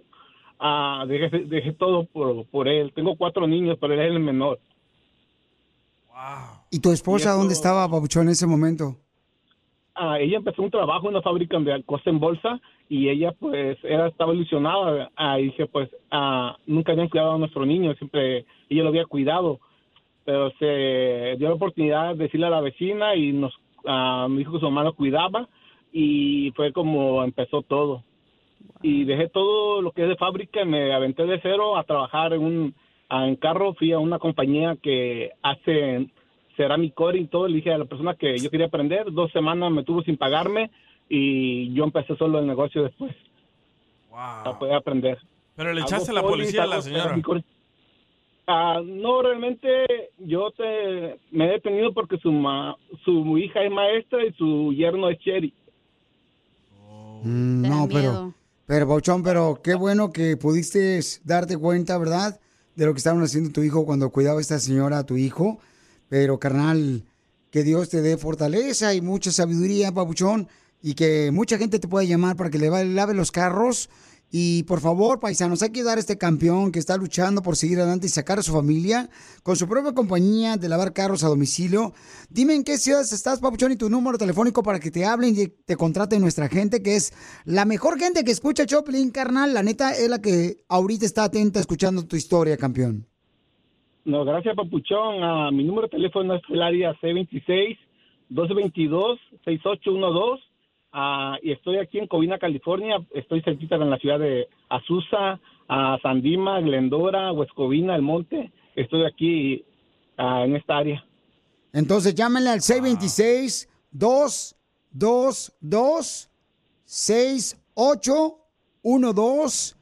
Ah, dejé, dejé todo por, por él. Tengo cuatro niños, pero él es el menor. ¿Y tu esposa dónde estaba, Papuchón, en ese momento? Ah, ella empezó un trabajo en una fábrica de costa en bolsa y ella pues era, estaba ilusionada. Ah, y dije pues ah, nunca habían cuidado a nuestro niño, siempre ella lo había cuidado. Pero se dio la oportunidad de decirle a la vecina y nos ah, me dijo que su mamá lo cuidaba y fue como empezó todo. Y dejé todo lo que es de fábrica, me aventé de cero a trabajar en un ah, en carro, fui a una compañía que hace será mi core y todo. Le dije a la persona que yo quería aprender. Dos semanas me tuvo sin pagarme y yo empecé solo el negocio después. Para poder aprender. Ah. Pero le echaste a la hago polis, policía a la hago señora. tráfico. Ah, no, realmente yo te, me he detenido porque su, ma- su hija es maestra y su yerno es sheriff. Mm, no, pero, miedo. pero Bauchón, pero qué bueno que pudiste darte cuenta, ¿verdad? De lo que estaban haciendo tu hijo cuando cuidaba esta señora a tu hijo. Pero, carnal, que Dios te dé fortaleza y mucha sabiduría, Bauchón, y que mucha gente te pueda llamar para que le va- lave los carros. Y por favor, paisanos, hay que dar a este campeón que está luchando por seguir adelante y sacar a su familia con su propia compañía de lavar carros a domicilio. Dime en qué ciudades estás, Papuchón, y tu número telefónico para que te hablen y te contraten nuestra gente, que es la mejor gente que escucha Choplin, carnal. La neta es la que ahorita está atenta escuchando tu historia, campeón. No, gracias, Papuchón. Ah, mi número de teléfono es el área C26-222-6812. Ah, y estoy aquí en Covina, California. Estoy cerquita en la ciudad de Azusa, a Sandima, Glendora, Huescovina, El Monte. Estoy aquí ah, en esta área. Entonces llámenle Ah. al 626 222 6812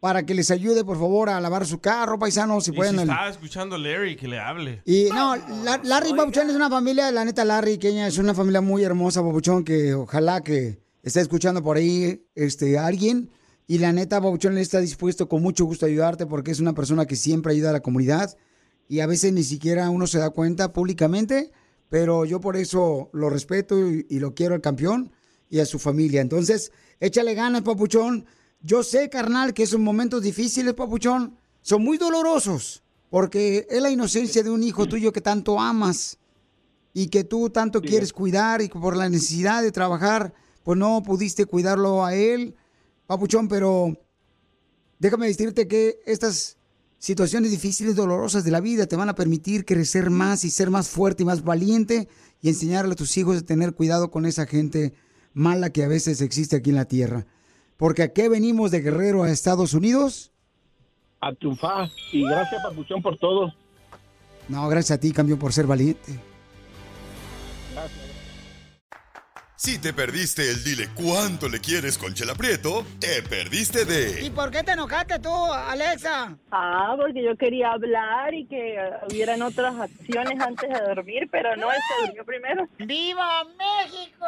para que les ayude, por favor, a lavar su carro, paisanos, si Y pueden. si al- estaba escuchando a Larry, que le hable. Y no, la- pues, Larry Papuchón es una familia, la neta, Larry Queña es una familia muy hermosa, Papuchón, que ojalá que esté escuchando por ahí este, alguien. Y la neta, Papuchón le está dispuesto con mucho gusto a ayudarte porque es una persona que siempre ayuda a la comunidad. Y a veces ni siquiera uno se da cuenta públicamente, pero yo por eso lo respeto y, y lo quiero al campeón y a su familia. Entonces, échale ganas, Papuchón. Yo sé, carnal, que esos momentos difíciles, Papuchón, son muy dolorosos, porque es la inocencia de un hijo tuyo que tanto amas y que tú tanto quieres cuidar y que por la necesidad de trabajar, pues no pudiste cuidarlo a él, Papuchón, pero déjame decirte que estas situaciones difíciles, dolorosas de la vida te van a permitir crecer más y ser más fuerte y más valiente y enseñarle a tus hijos a tener cuidado con esa gente mala que a veces existe aquí en la tierra. Porque ¿a qué venimos de Guerrero a Estados Unidos? A triunfar. Y gracias, Papuchón, por todo. No, gracias a ti, campeón, por ser valiente. Si te perdiste el dile cuánto le quieres con Chela Prieto, te perdiste de por qué te enojaste tú, Alexa? Ah, porque yo quería hablar y que eh, hubieran otras acciones antes de dormir, pero no, él se durmió primero. ¡Viva México!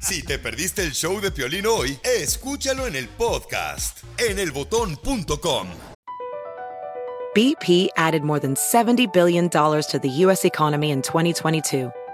Si te perdiste el show de Piolín hoy, escúchalo en el podcast en elbotón.com. BP added more than $70 billion to the U.S. economy in 2022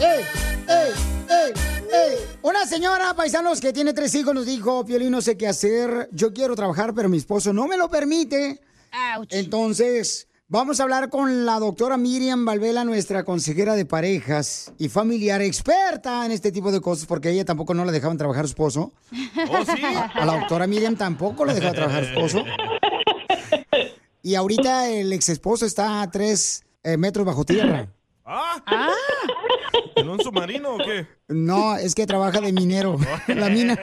¡Ey! ¡Ey! ¡Ey! ¡Ey! Una señora, paisanos, que tiene tres hijos, nos dijo, Piolín, no sé qué hacer, yo quiero trabajar, pero mi esposo no me lo permite. Entonces, vamos a hablar con la doctora Miriam Valvela, nuestra consejera de parejas y familiar experta en este tipo de cosas, porque ella tampoco no la dejaban trabajar su esposo. A la doctora Miriam tampoco la dejaba trabajar su esposo. Y ahorita el ex esposo está a tres eh, metros bajo tierra. ¿En un submarino o qué? No, es que trabaja de minero. en la mina.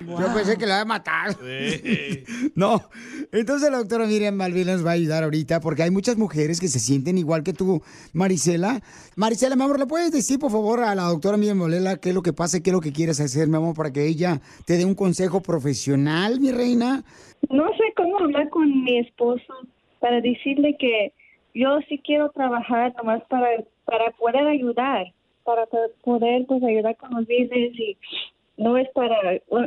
Yo pensé que la iba a matar. No. Entonces la doctora Miriam Malvin nos va a ayudar ahorita porque hay muchas mujeres que se sienten igual que tú, Marisela. Marisela, mi amor, ¿le puedes decir, por favor, a la doctora Miriam Malvin qué es lo que pasa y qué es lo que quieres hacer, mi amor, para que ella te dé un consejo profesional, mi reina? No sé cómo hablar con mi esposo para decirle que yo sí quiero trabajar nomás para, para poder ayudar, para po- poder pues ayudar con los bienes y no es para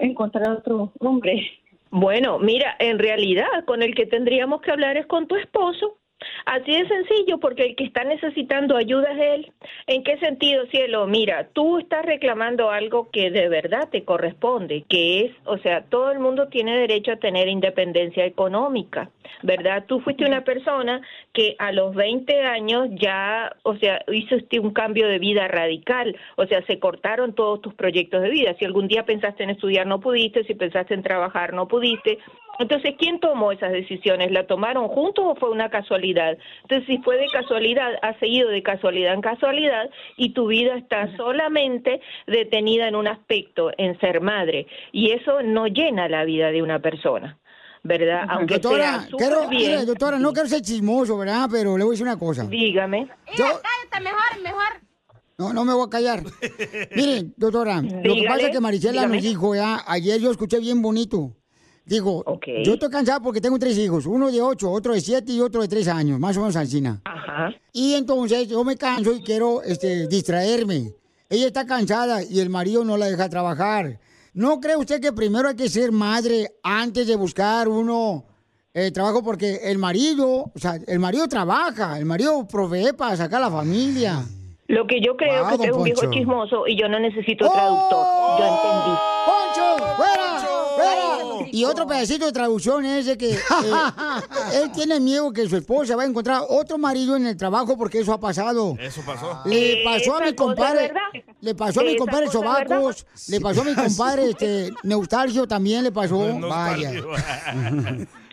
encontrar otro hombre. Bueno, mira, en realidad con el que tendríamos que hablar es con tu esposo. Así de sencillo, porque el que está necesitando ayuda es él. ¿En qué sentido, cielo? Mira, tú estás reclamando algo que de verdad te corresponde, que es, o sea, todo el mundo tiene derecho a tener independencia económica, ¿verdad? Tú fuiste una persona que a los 20 años ya, o sea, hiciste un cambio de vida radical, o sea, se cortaron todos tus proyectos de vida. Si algún día pensaste en estudiar, no pudiste, si pensaste en trabajar, no pudiste, entonces, ¿quién tomó esas decisiones? ¿La tomaron juntos o fue una casualidad? Entonces, si fue de casualidad, ha seguido de casualidad en casualidad y tu vida está solamente detenida en un aspecto, en ser madre. Y eso no llena la vida de una persona, ¿verdad? Aunque doctora, sea súper quiero- bien. mira, doctora, no quiero ser chismoso, ¿verdad? Pero le voy a decir una cosa. Dígame. Yo, Cállate, mejor, mejor. no, no me voy a callar. Mire, doctora, lo que Dígale, pasa es que Maricela dígame. nos dijo, ya, ayer yo escuché bien bonito. Digo, yo estoy cansada porque tengo tres hijos, uno de ocho, otro de siete y otro de tres años, más o menos alcina. Y entonces yo me canso y quiero este, distraerme. Ella está cansada y el marido no la deja trabajar. ¿No cree usted que primero hay que ser madre antes de buscar uno eh, trabajo? Porque el marido, o sea, el marido trabaja, el marido provee para sacar a la familia. Lo que yo creo Wow, que usted es don un viejo Poncho. ¡Oh! chismoso y yo no necesito traductor. Yo entendí. ¡Poncho! ¡Fuera! ¡Fuera! Y otro pedacito de traducción es de que eh, él tiene miedo que su esposa va a encontrar otro marido en el trabajo porque eso ha pasado. Eso pasó. Le pasó a mi Esa cosa es compadre, verdad. le pasó a mi Esa compadre cosa es verdad. Sobacos, le pasó a mi compadre este, Neustalgio también le pasó. Vaya.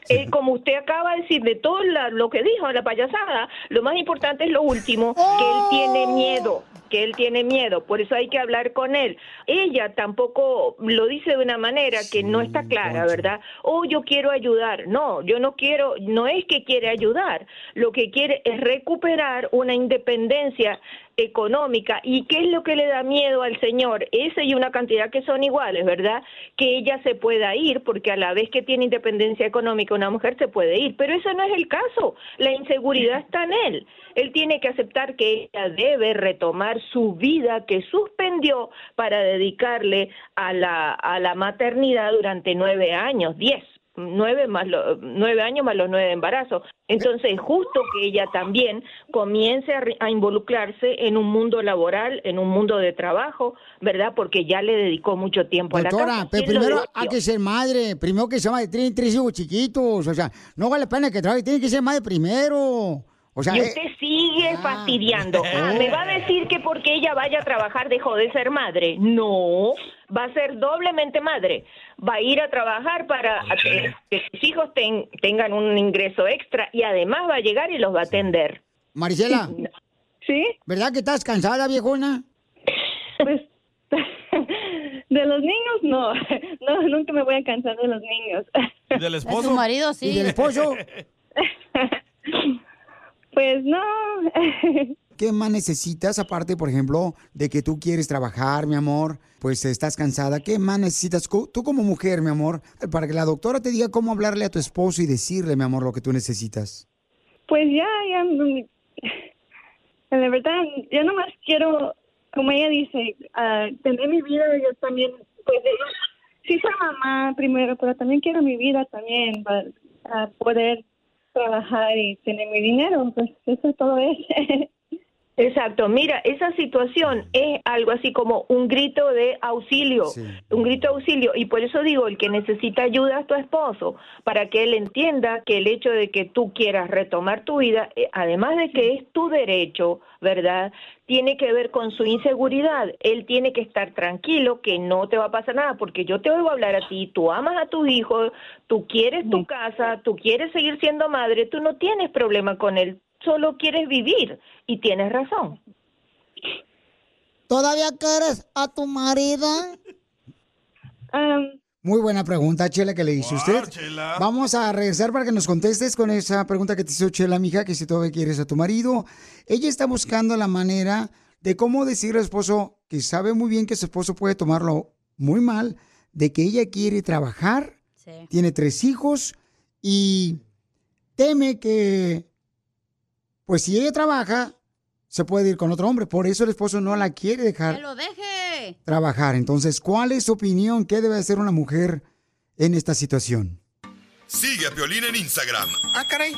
Eh, como usted acaba de decir de todo la- lo que dijo la payasada, lo más importante es lo último, que él tiene miedo, que él tiene miedo, por eso hay que hablar con él. Ella tampoco lo dice de una manera que no está clara, ¿verdad? Oh, yo quiero ayudar. No, yo no quiero, no es que quiere ayudar, lo que quiere es recuperar una independencia económica. ¿Y qué es lo que le da miedo al señor? Ese y una cantidad que son iguales, ¿verdad? Que ella se pueda ir, porque a la vez que tiene independencia económica, una mujer se puede ir. Pero eso no es el caso. La inseguridad está en él. Él tiene que aceptar que ella debe retomar su vida que suspendió para dedicarle a la, a la maternidad durante nueve años, diez nueve más lo- nueve años más los nueve de embarazo. Entonces, es justo que ella también comience a, re- a involucrarse en un mundo laboral, en un mundo de trabajo, ¿verdad? Porque ya le dedicó mucho tiempo a la Doctora, casa. pero ¿Quién lo primero hay divorció? que ser madre, primero que ser madre, tienen tres hijos chiquitos, o sea, no vale la pena que trabaje, tiene que ser madre primero. O sea, y eh, usted sigue fastidiando. Ah, Oh. ¿Me va a decir que porque ella vaya a trabajar dejó de ser madre? No, va a ser doblemente madre. Va a ir a trabajar para que, que sus hijos ten- tengan un ingreso extra y además va a llegar y los va a atender. Marisela. ¿Sí? ¿Verdad que estás cansada, viejona? Pues de los niños no, no nunca me voy a cansar de los niños. ¿Y del esposo? ¿Y del esposo? Pues no. ¿Qué más necesitas aparte, por ejemplo, de que tú quieres trabajar, mi amor? Pues estás cansada. ¿Qué más necesitas co- tú como mujer, mi amor, para que la doctora te diga cómo hablarle a tu esposo y decirle, mi amor, lo que tú necesitas? Pues ya, ya. mm, La verdad, yo nomás quiero, como ella dice, ah, tener mi vida. Yo también, pues, yo- sí soy mamá primero, pero también quiero mi vida también, para ah, poder trabajar y tener mi dinero. Pues eso todo ¿eh? es. Exacto, mira, esa situación es algo así como un grito de auxilio, un grito de auxilio, y por eso digo, el que necesita ayuda es tu esposo, para que él entienda que el hecho de que tú quieras retomar tu vida, eh, además de que es tu derecho, ¿verdad? Tiene que ver con su inseguridad, él tiene que estar tranquilo que no te va a pasar nada, porque yo te oigo hablar a ti, tú amas a tus hijos, tú quieres tu casa, tú quieres seguir siendo madre, tú no tienes problema con él, solo quieres vivir y tienes razón. ¿Todavía quieres a tu marido? Muy buena pregunta, Chela, que le hizo usted. Vamos a regresar para que nos contestes con esa pregunta que te hizo Chela, mija, que si todavía quieres a tu marido. Ella está buscando la manera de cómo decirle a su esposo, que sabe muy bien que su esposo puede tomarlo muy mal, de que ella quiere trabajar, Sí. tiene tres hijos y teme que, pues si ella trabaja, se puede ir con otro hombre. Por eso el esposo no la quiere dejar ¡Que lo deje! trabajar. Entonces, ¿cuál es su opinión? ¿Qué debe hacer una mujer en esta situación? Sigue a Piolín en Instagram, Ah, caray.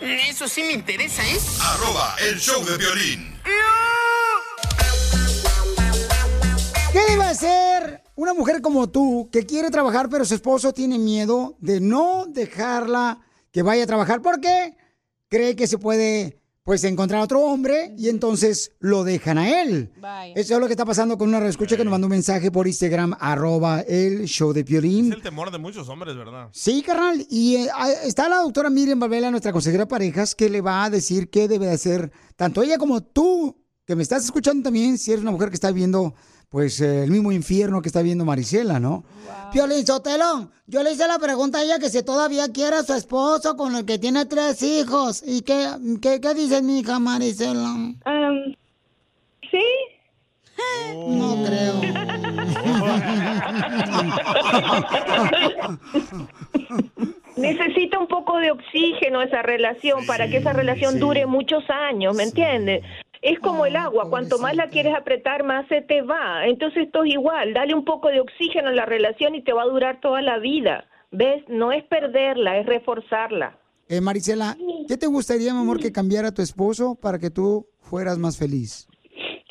Eso sí me interesa, ¿eh? arroba el show de violín. ¿Qué debe hacer una mujer como tú que quiere trabajar pero su esposo tiene miedo de no dejarla que vaya a trabajar porque cree que se puede pues encontrar otro hombre y entonces lo dejan a él? Eso es lo que está pasando con una reescucha que nos mandó un mensaje por Instagram arroba el show de Piolín. El temor de muchos hombres, ¿verdad? Sí, carnal. Y eh, ah, está la doctora Miriam Valvela, nuestra consejera de parejas, que le va a decir qué debe de hacer tanto ella como tú, que me estás escuchando también, si eres una mujer que está viendo, pues, eh, el mismo infierno que está viendo Marisela, ¿no? Piolín Sotelo, yo le hice la pregunta a ella que si todavía quiere a su esposo con el que tiene tres hijos. ¿Y qué, qué, qué dice mi hija Marisela? sí. No creo. Necesita un poco de oxígeno esa relación para que esa relación dure muchos años, ¿me entiendes? Es como el agua, cuanto más la quieres apretar, más se te va. Entonces esto es igual, dale un poco de oxígeno a la relación y te va a durar toda la vida. ¿Ves? No es perderla, es reforzarla. Eh, Marisela, ¿qué te gustaría, mi amor, que cambiara tu esposo para que tú fueras más feliz?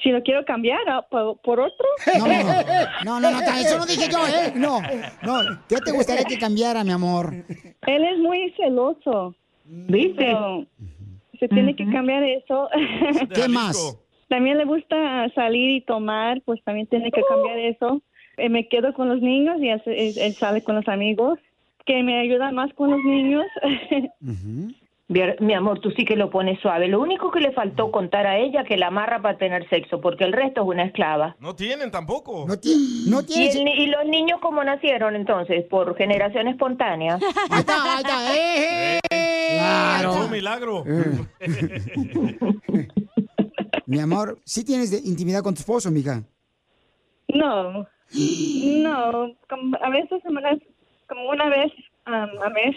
Si lo quiero cambiar ah, por, por otro. No, no, no, no, no, eso no dije yo, ¿eh? No, no, ¿qué te gustaría que cambiara, mi amor? Él es muy celoso. ¿Viste? se tiene que cambiar eso. ¿Qué más? También le gusta salir y tomar, pues también tiene que cambiar eso. Eh, me quedo con los niños y hace- él, él sale con los amigos, que me ayuda más con los niños. Vier- Mi amor, tú sí que lo pones suave. Lo único que le faltó contar a ella que la amarra para tener sexo, porque el resto es una esclava. No tienen tampoco. No tienen. No ¿Y, el ni- y los niños cómo nacieron entonces? ¿Por generación espontánea? está, ahí está, eh, eh. Es un milagro. Eh. Mi amor, ¿sí tienes de- intimidad con tu esposo, mija? No, no, como a veces, como una- como una vez um, a mes.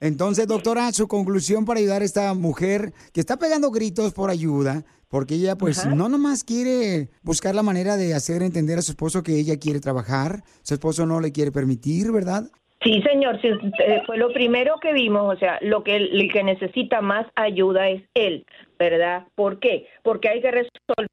Entonces, doctora, su conclusión para ayudar a esta mujer que está pegando gritos por ayuda, porque ella pues Ajá. no nomás quiere buscar la manera de hacer entender a su esposo que ella quiere trabajar, su esposo no le quiere permitir, ¿verdad? Sí, señor, sí, eh, fue lo primero que vimos, o sea, lo que el, el que necesita más ayuda es él, ¿verdad? ¿Por qué? Porque hay que resolver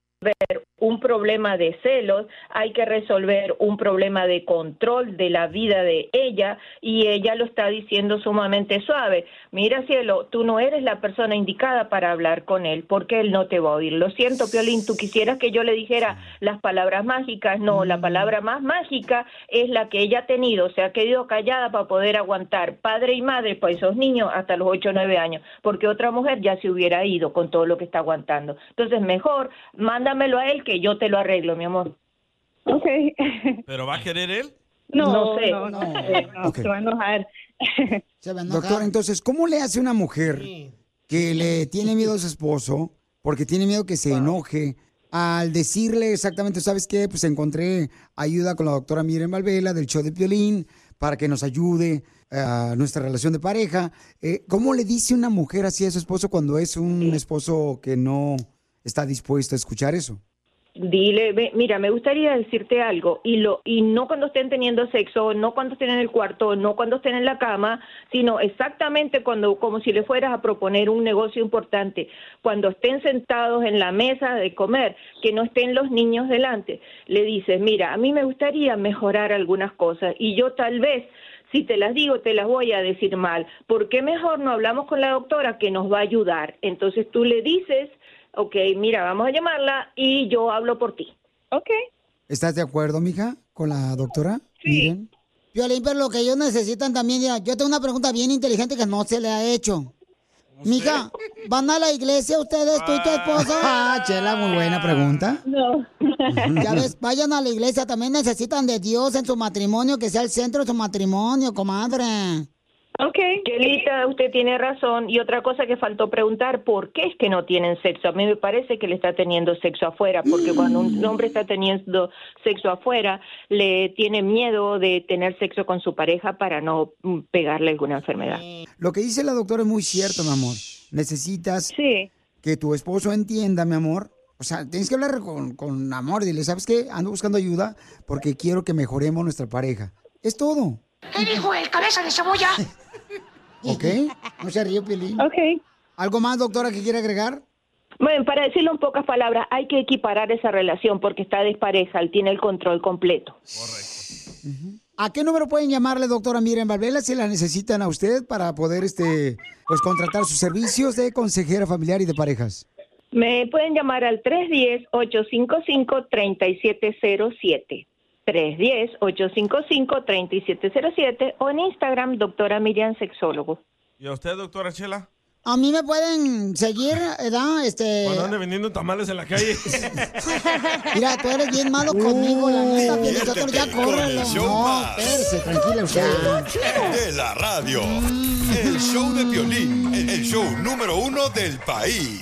un problema de celos, hay que resolver un problema de control de la vida de ella y ella lo está diciendo sumamente suave. Mira, cielo, tú no eres la persona indicada para hablar con él porque él no te va a oír. Lo siento, Piolín, tú quisieras que yo le dijera las palabras mágicas. No, la palabra más mágica es la que ella ha tenido, se ha quedado callada para poder aguantar padre y madre para esos niños hasta los 8 o 9 años, porque otra mujer ya se hubiera ido con todo lo que está aguantando. Entonces, mejor mándamelo a él que yo te lo arreglo, mi amor. Ok. ¿Pero va a querer él? No, No no, sé. Eh, no, no, no, se va a enojar. Doctora, entonces, ¿cómo le hace una mujer que le tiene miedo a su esposo, porque tiene miedo que se enoje, al decirle exactamente, ¿sabes qué? Pues encontré ayuda con la doctora Miren Valvela del show de Piolín para que nos ayude eh, a nuestra relación de pareja. Eh, ¿Cómo le dice una mujer así a su esposo cuando es un esposo que no está dispuesto a escuchar eso? Dile, ve, mira, me gustaría decirte algo y lo y no cuando estén teniendo sexo, no cuando estén en el cuarto, no cuando estén en la cama, sino exactamente cuando como si le fueras a proponer un negocio importante, cuando estén sentados en la mesa de comer, que no estén los niños delante. Le dices, "Mira, a mí me gustaría mejorar algunas cosas y yo tal vez si te las digo, te las voy a decir mal. ¿Por qué mejor no hablamos con la doctora que nos va a ayudar? Entonces tú le dices, ok, mira, vamos a llamarla y yo hablo por ti. Ok. ¿Estás de acuerdo, mija, con la doctora? Miren. Piolín, pero lo que ellos necesitan también, ya, yo tengo una pregunta bien inteligente que no se le ha hecho. Mija, ¿van a la iglesia ustedes, tú y tu esposa? Ah, Chela, muy buena pregunta. No. Ya ves, vayan a la iglesia, también necesitan de Dios en su matrimonio, que sea el centro de su matrimonio, comadre. Ok. Chelita, usted tiene razón. Y otra cosa que faltó preguntar, ¿por qué es que no tienen sexo? A mí me parece que le está teniendo sexo afuera, porque cuando un hombre está teniendo sexo afuera, le tiene miedo de tener sexo con su pareja para no mm, pegarle alguna enfermedad. Lo que dice la doctora es muy cierto, mi amor. Necesitas que tu esposo entienda, mi amor. O sea, tienes que hablar con, con amor. Dile, ¿sabes qué? Ando buscando ayuda porque quiero que mejoremos nuestra pareja. Es todo, ¿Qué dijo el cabeza de cebolla? ¿ok? No se ríe, Piolín. ¿Algo más, doctora, que quiere agregar? Bueno, para decirlo en pocas palabras, hay que equiparar esa relación porque está despareja, él tiene el control completo. ¿A qué número pueden llamarle, doctora Miriam Valvela, si la necesitan a usted para poder, este, pues, contratar sus servicios de consejera familiar y de parejas? Me pueden llamar al 310-855-3707. 310-855-3707 o en Instagram, doctora Miriam Sexólogo. ¿Y a usted, doctora Chela? A mí me pueden seguir, ¿verdad? Este... ¿Cuándo ande vendiendo tamales en la calle? Mira, tú eres bien malo conmigo, la neta, Piolín, Diviértete ya con el córrelo. show No, más. espérese, tranquila usted. De la radio. El show de violín. El show número uno del país.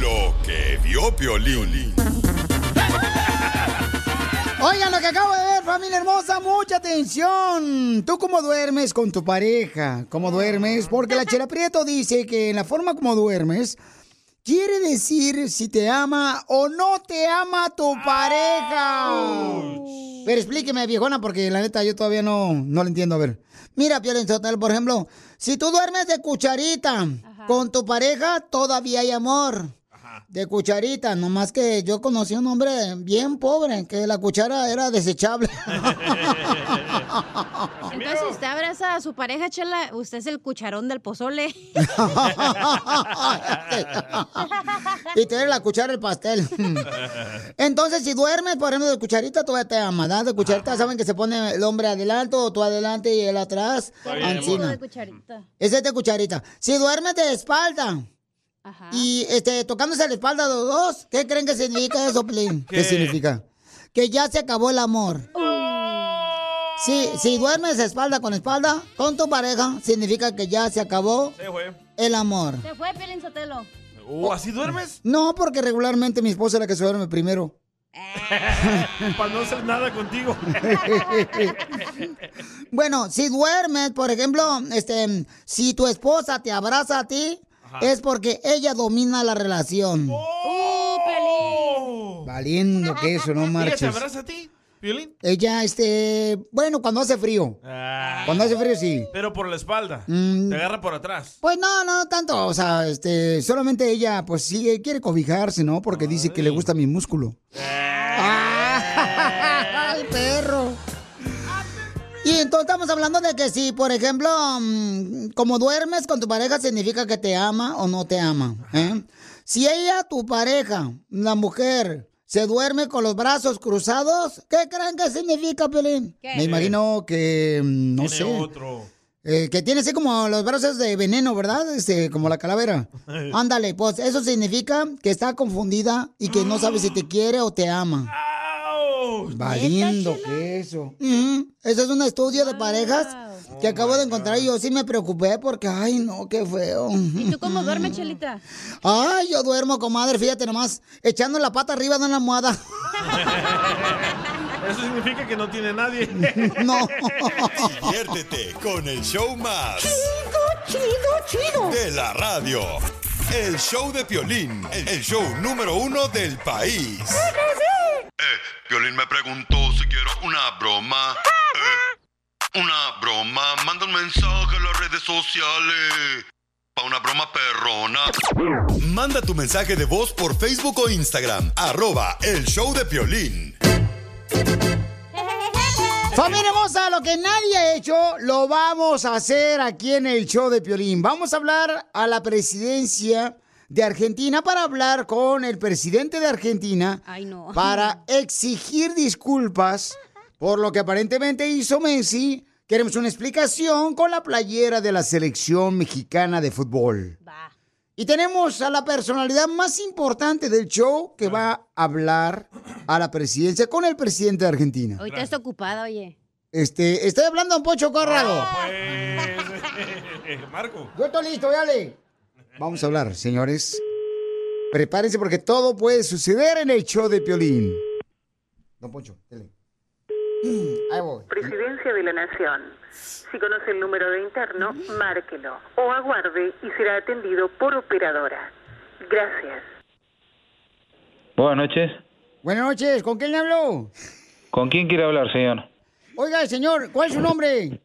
Lo que vio Piolín. Oigan lo que acabo de ver, familia hermosa, mucha atención. ¿Tú cómo duermes con tu pareja? ¿Cómo duermes? Porque la Chela Prieto dice que en la forma como duermes quiere decir si te ama o no te ama tu pareja. Pero explíqueme, viejona, porque la neta yo todavía no, no lo entiendo. A ver, mira, Piolín Sotelo, por ejemplo, si tú duermes de cucharita con tu pareja, todavía hay amor. De cucharita, nomás que yo conocí un hombre bien pobre, que la cuchara era desechable. Entonces usted abraza a su pareja, Chela, usted es el cucharón del pozole. y te la cuchara el pastel. Entonces, si duermes, por ejemplo, de cucharita, todavía te ama, ¿verdad? De cucharita saben que se pone el hombre adelante o tú adelante y él atrás. Ancina. de cucharita. Ese es de cucharita. Si duermes de espalda. Y este, tocándose la espalda de los dos, ¿qué creen que significa eso, Plin? ¿Qué? significa? Que ya se acabó el amor. Oh. Sí, si duermes espalda con espalda con tu pareja, significa que ya se acabó Sí, güey. el amor. Se fue Piolín Sotelo. Oh, ¿Así duermes? No, porque regularmente mi esposa es la que se duerme primero. Para no hacer nada contigo. Bueno, si duermes, por ejemplo, este, si tu esposa te abraza a ti, Ajá. es porque ella domina la relación. Oh. ¡Oh, Valiendo que eso, no ¿Ella te marches. abraza a ti, Piolín? Ella, este, bueno, cuando hace frío. Ah. Cuando hace frío, sí. Pero por la espalda. Mm. Te agarra por atrás. Pues no, no tanto, o sea, este, solamente ella, pues sí, quiere cobijarse, ¿no? Porque dice que le gusta mi músculo. Ah, ¡Ay, perro! Y entonces estamos hablando de que si, por ejemplo, mm, como duermes con tu pareja, significa que te ama o no te ama. ¿eh? Si ella, tu pareja, la mujer, se duerme con los brazos cruzados, ¿qué creen que significa, Piolín? ¿Qué? Me imagino que, mm, no sé. otro. Eh, que tiene así como los brazos de veneno, ¿verdad? Este, como la calavera. Ándale, pues eso significa que está confundida y que no sabe si te quiere o te ama. Dios. Valiendo queso. Ujú. Ese es un estudio de parejas Oh que acabo de encontrar y yo sí me preocupé porque, ay, no, qué feo. ¿Y tú cómo duermes, Chelita? Ay, yo duermo, comadre, fíjate nomás, echando la pata arriba de una almohada. Eso significa que no tiene nadie. No. Diviértete con el show más. Chido, chido, chido. De la radio. El show de Piolín, el show número uno del país. Eh, Violín Eh, me preguntó si quiero una broma. Eh, una broma. Manda un mensaje a las redes sociales. Pa' una broma perrona. Manda tu mensaje de voz por Facebook o Instagram. Arroba el show de Piolín. Familia hermosa, lo que nadie ha hecho, lo vamos a hacer aquí en el show de Piolín. Vamos a hablar a la presidencia de Argentina para hablar con el presidente de Argentina Ay, no. para exigir disculpas por lo que aparentemente hizo Messi. Queremos una explicación con la playera de la selección mexicana de fútbol. Y tenemos a la personalidad más importante del show que va a hablar a la presidencia con el presidente de Argentina. Ahorita está ocupada, oye. Este, estoy hablando a un Pocho Corrado. Ah. Ah, pues. Eh, Marco. Yo estoy listo, dale. Vamos a hablar, señores. Prepárense porque todo puede suceder en el show de Piolín. Don Poncho, dele. Mm, Ahí voy. Presidencia de la Nación. Si conoce el número de interno, Mm. márquelo o aguarde y será atendido por operadora. Gracias. Buenas noches. Buenas noches, ¿con quién le habló? ¿Con quién quiere hablar, señor? Oiga, señor, ¿cuál es su nombre?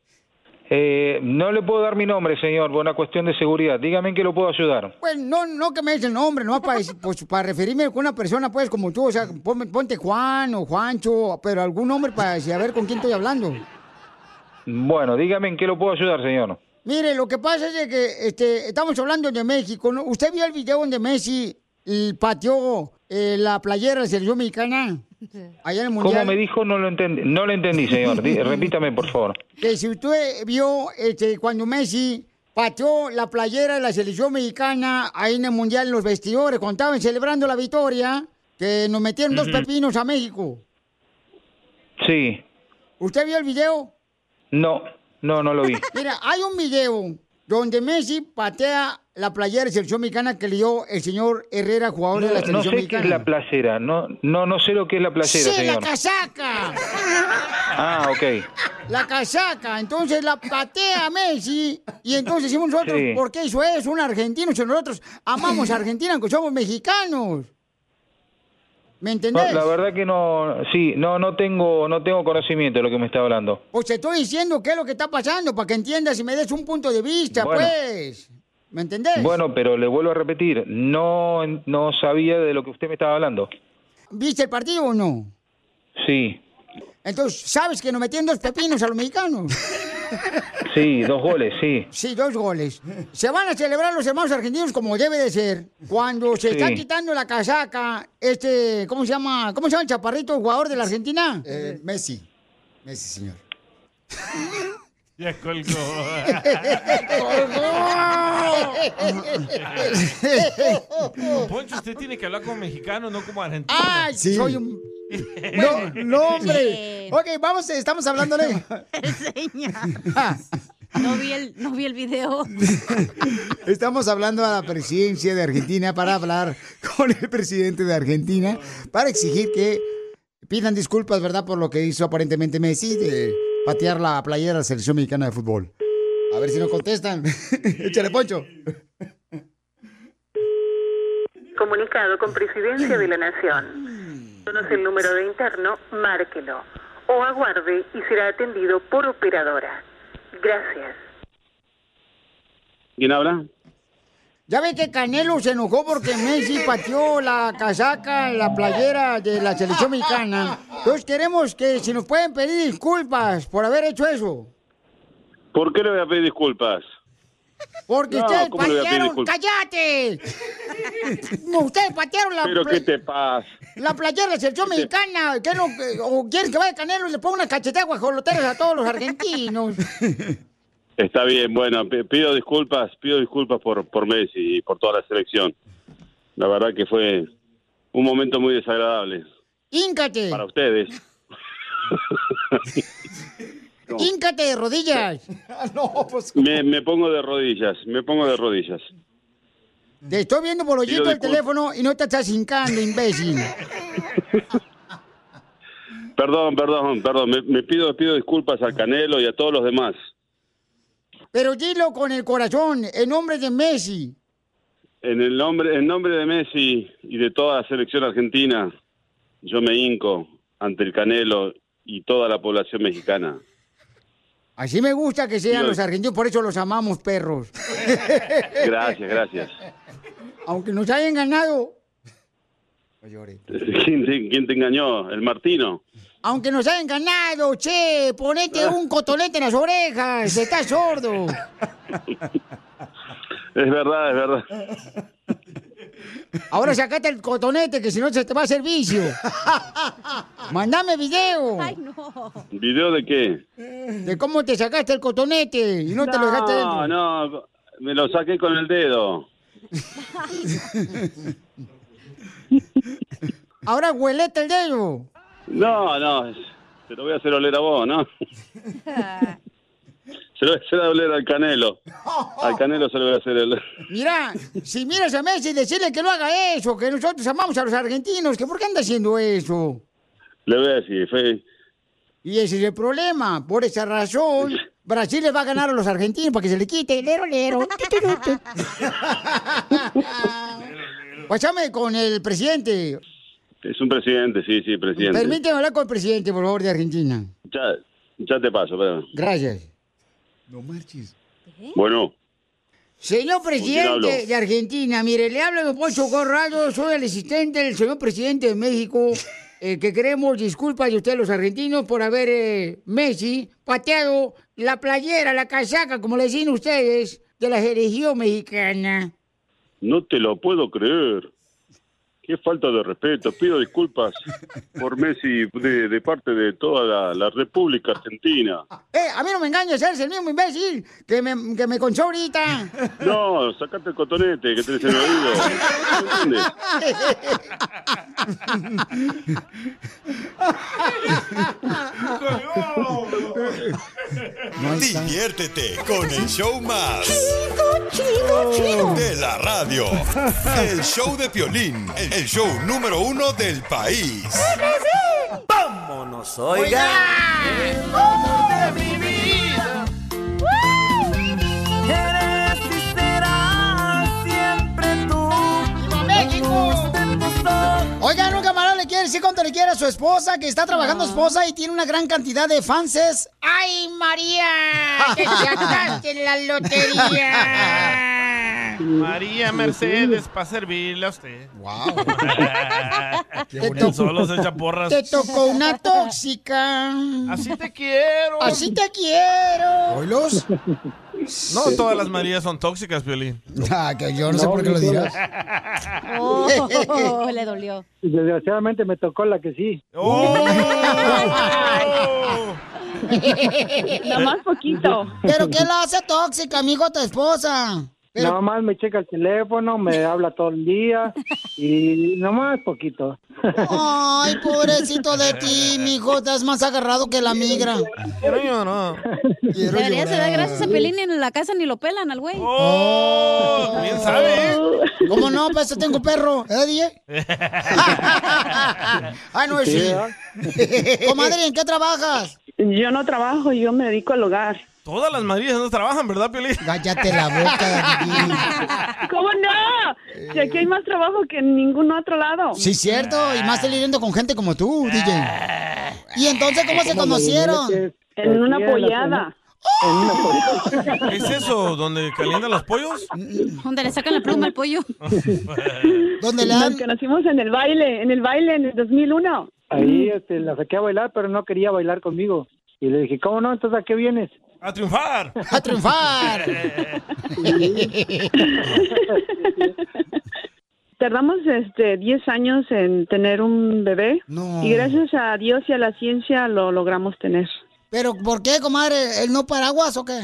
Eh, no le puedo dar mi nombre, señor, por una cuestión de seguridad. Dígame en qué lo puedo ayudar. Pues no, no que me dice el nombre, no para, decir- pues, para referirme con una persona, pues como tú, o sea, ponme- ponte Juan o Juancho, pero algún nombre para decir, a ver con quién estoy hablando. Bueno, dígame en qué lo puedo ayudar, señor. Mire, lo que pasa es de que este, estamos hablando de México. ¿no? ¿Usted vio el video donde Messi eh, pateó eh, la playera de selección mexicana? Allá en el ¿Cómo Mundial. me dijo? No lo entendí, no lo entendí señor. Di- repítame, por favor. Que si usted vio este, cuando Messi pateó la playera de la selección mexicana ahí en el Mundial en los vestidores, cuando estaban celebrando la victoria, que nos metieron dos Ujú. pepinos a México. Sí. ¿Usted vio el video? No, no, no lo vi. Mira, hay un video donde Messi patea la playera de selección mexicana que le dio el señor Herrera, jugador de la No, no selección sé qué mexicana. es la placera. No, no, no sé lo que es la placera, Sí, la señor. casaca. Ah, ok. La casaca. Entonces la patea Messi. Y entonces decimos nosotros, Sí. ¿por qué hizo eso? Un argentino. Si nosotros amamos a Argentina, aunque somos mexicanos. ¿Me No, entendés? la verdad que no, sí, no, no tengo, no tengo conocimiento de lo que me está hablando. Pues te estoy diciendo qué es lo que está pasando para que entiendas y me des un punto de vista, Bueno. pues. ¿Me entendés? Bueno, pero le vuelvo a repetir, no, no sabía de lo que usted me estaba hablando. ¿Viste el partido o no? Sí, Entonces, ¿sabes que nos metieron dos pepinos a los mexicanos? sí, dos goles, sí. Sí, dos goles. Se van a celebrar los hermanos argentinos como debe de ser. Cuando se están Sí. quitando la casaca, este, ¿cómo se llama? ¿Cómo se llama el chaparrito el jugador de la Argentina? Messi. Messi, señor. Ya colgó. Don Poncho, usted tiene que hablar como mexicano, no como argentino. ¡Ay! Soy un. No, no, hombre. Ok, vamos, estamos hablándole. Ah, No vi el, no vi el video. Estamos hablando a la presidencia de Argentina para hablar con el presidente de Argentina para exigir que pidan disculpas, ¿verdad? Por lo que hizo aparentemente Messi de patear la playera de la selección mexicana de fútbol. A ver si nos contestan. Échale, Poncho. Comunicado con Presidencia de la Mm. Nación. Conoce el número de interno, márquelo o aguarde y será atendido por operadora. Gracias. ¿Quién habla? Ya ve que Canelo se enojó porque Messi pateó la casaca, la playera de la selección mexicana. Entonces queremos que si nos pueden pedir disculpas por haber hecho eso. ¿Por qué le voy a pedir disculpas? Porque No, ustedes ¿cómo le voy a pedir patearon... disculpas? ¡Cállate! No, ustedes patearon la... ¿Pero qué pla- te pasa? La playera de la selección mexicana, ¿qué no? ¿O quieren que vaya Canelo y le ponga una cachetada guajoloteras a todos los argentinos? Está bien, bueno, p- pido disculpas, pido disculpas por, por Messi y por toda la selección. La verdad que fue un momento muy desagradable ¡Híncate! para ustedes. No. Ah, Híncate de rodillas. no, pues. Me, me pongo de rodillas, me pongo de rodillas. Te estoy viendo por el Pido hoyito del disculpas. teléfono y no te estás hincando, imbécil. Perdón, perdón, perdón. Me, me pido, pido disculpas al Canelo y a todos los demás. Pero dilo con el corazón, en nombre de Messi. En el nombre, en nombre de Messi y de toda la selección argentina, yo me hinco ante el Canelo y toda la población mexicana. Así me gusta que sean Dilo. los argentinos, por eso los amamos, perros. Gracias, gracias. Aunque nos hayan ganado, ¿Quién te, quién te engañó? El Martino. aunque nos hayan ganado, che, ponete un cotonete en las orejas, estás sordo. Es verdad, es verdad. Ahora sacate el cotonete que si no se te va a hacer vicio. Mandame video. Ay, no. ¿Video de qué? De cómo te sacaste el cotonete y no, te lo dejaste dentro. No, no, me lo saqué con el dedo. Ahora huelete el dedo. No, no, se lo voy a hacer oler a vos, ¿no? Se lo voy a hacer oler al Canelo. Al Canelo se lo voy a hacer oler. Mira, si miras a Messi, decirle que no haga eso, que nosotros amamos a los argentinos, que por qué anda haciendo eso. Le voy a decir, fue- Y ese es el problema. Por esa razón, Brasil le va a ganar a los argentinos para que se le quite. Lero, lero. Pásame con el presidente. es un presidente, sí, sí, presidente. Permíteme hablar con el presidente, por favor, de Argentina. Ya, ya te paso, perdón. Gracias. No marches. Bueno, Señor ¿Con quién presidente hablo? de Argentina, mire, le hablo de Poncho Corrado, soy el asistente del señor presidente de México, eh, que queremos disculpas de ustedes los argentinos por haber, eh, Messi, pateado la playera, la casaca, como le decían ustedes, de la religión mexicana. no te lo puedo creer. Qué falta de respeto. Pido disculpas por Messi de, de parte de toda la, la República Argentina. Eh, a mí no me engañes, eres el mismo imbécil que me, que me conchó ahorita. No, sacate el cotonete que tenés en el oído. ¿No entiendes? Diviértete con el show más. Chido, chido. De la radio. El show de Piolín. El show número uno del país. ¡Vámonos, oiga! Amor de mi vida. Eres y serás siempre tú. ¡Viva México! Oigan, un camarada le quiere decir cuánto le quiere a su esposa, que está trabajando esposa y tiene una gran cantidad de fanses. ¡Ay, María! ¡Te sacaste la lotería! María Mercedes, para servirle a usted. ¡Wow! bonito. Solo se echa porras. Te tocó una tóxica. Así te quiero. Así te quiero. ¿Oilos? No todas las Marías son tóxicas, Violín. Ah, que yo no sé por qué lo dirás. Oh, le dolió. Desgraciadamente me tocó la que sí. Oh. Nomás poquito. ¿Pero qué la hace tóxica, amigo, tu esposa? Pero- Nomás me checa el teléfono, me habla todo el día y nomás poquito. Ay, pobrecito de ti, mijo, estás más agarrado que la migra. Quiero llorar. Debería se dar gracias a Pelín y en la casa ni lo pelan al güey. ¡Oh! Bien sabe, ¿eh? ¿Cómo no? Para eso tengo perro. ¿Eh, DJ? Ah, no, es Sí, sí. Comadre, ¿en qué trabajas? Yo no trabajo, yo me dedico al hogar. Todas las Marías no trabajan, ¿verdad, Piolín? Cállate la boca. ¿Cómo no? Si aquí hay más trabajo que en ningún otro lado. Sí, cierto, y Ah. más saliendo con gente como tú, DJ. ¿Y entonces cómo se conocieron? En una pollada. ¿Qué es eso? ¿Donde calientan los pollos? Donde le sacan la pluma al pollo. ¿Dónde Nos conocimos en el baile, en el baile en el 2001. Mm. Ahí este, la saqué a bailar, pero no quería bailar conmigo. Y le dije, ¿cómo no? Entonces, ¿a qué vienes? ¡A triunfar! ¡A triunfar! Tardamos este 10 años en tener un bebé y gracias a Dios y a la ciencia lo logramos tener. ¿Pero por qué, comadre? ¿El no paraguas o qué?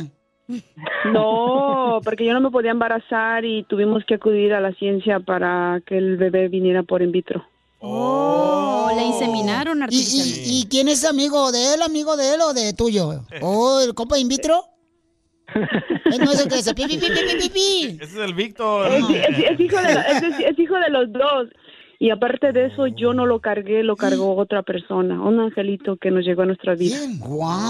No, porque yo no me podía embarazar y tuvimos que acudir a la ciencia para que el bebé viniera por in vitro. ¡Oh! la inseminaron ¿Y, y, y quién es amigo de él, amigo de él o de tuyo? ¿O el compa in vitro? Eh, no es el que dice pi, pi, pi, pi, pi, pi. Ese es el Víctor. Es, es- es hijo de, es- es- es hijo de los dos. Y aparte de eso, yo no lo cargué, lo cargó otra persona, un angelito que nos llegó a nuestra vida.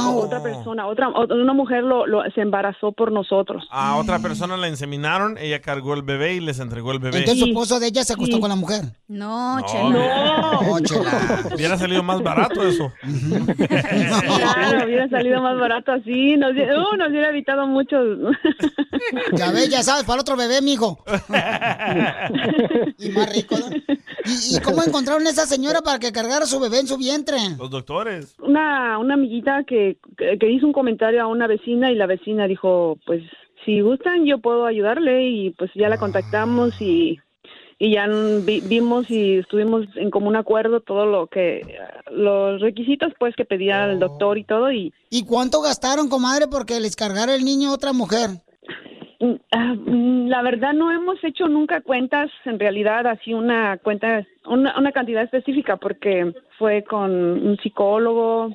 Otra persona, otra, o- una mujer lo, lo- se embarazó por nosotros. A otra persona la inseminaron, ella cargó el bebé y les entregó el bebé. Entonces su esposo de ella se acostó con la mujer. No, Chela. No. No, chela. Hubiera salido más barato eso. Claro, hubiera salido más barato así, nos, hubie- uh, nos hubiera evitado mucho. Ya ves, ya sabes, para el otro bebé, mijo. Y más rico, ¿no? ¿Y, y cómo encontraron a esa señora para que cargara su bebé en su vientre? Los doctores. Una, una amiguita que, que, que hizo un comentario a una vecina y la vecina dijo, pues si gustan yo puedo ayudarle y pues ya la contactamos y, y ya mm, vi- vimos y estuvimos en común acuerdo todo lo que, eh, los requisitos pues que pedía el doctor y todo y... ¿Y cuánto gastaron, comadre, porque les cargara el niño a otra mujer? Ah, mm, La verdad no hemos hecho nunca cuentas, en realidad así una cuenta, una, una cantidad específica, porque fue con un psicólogo,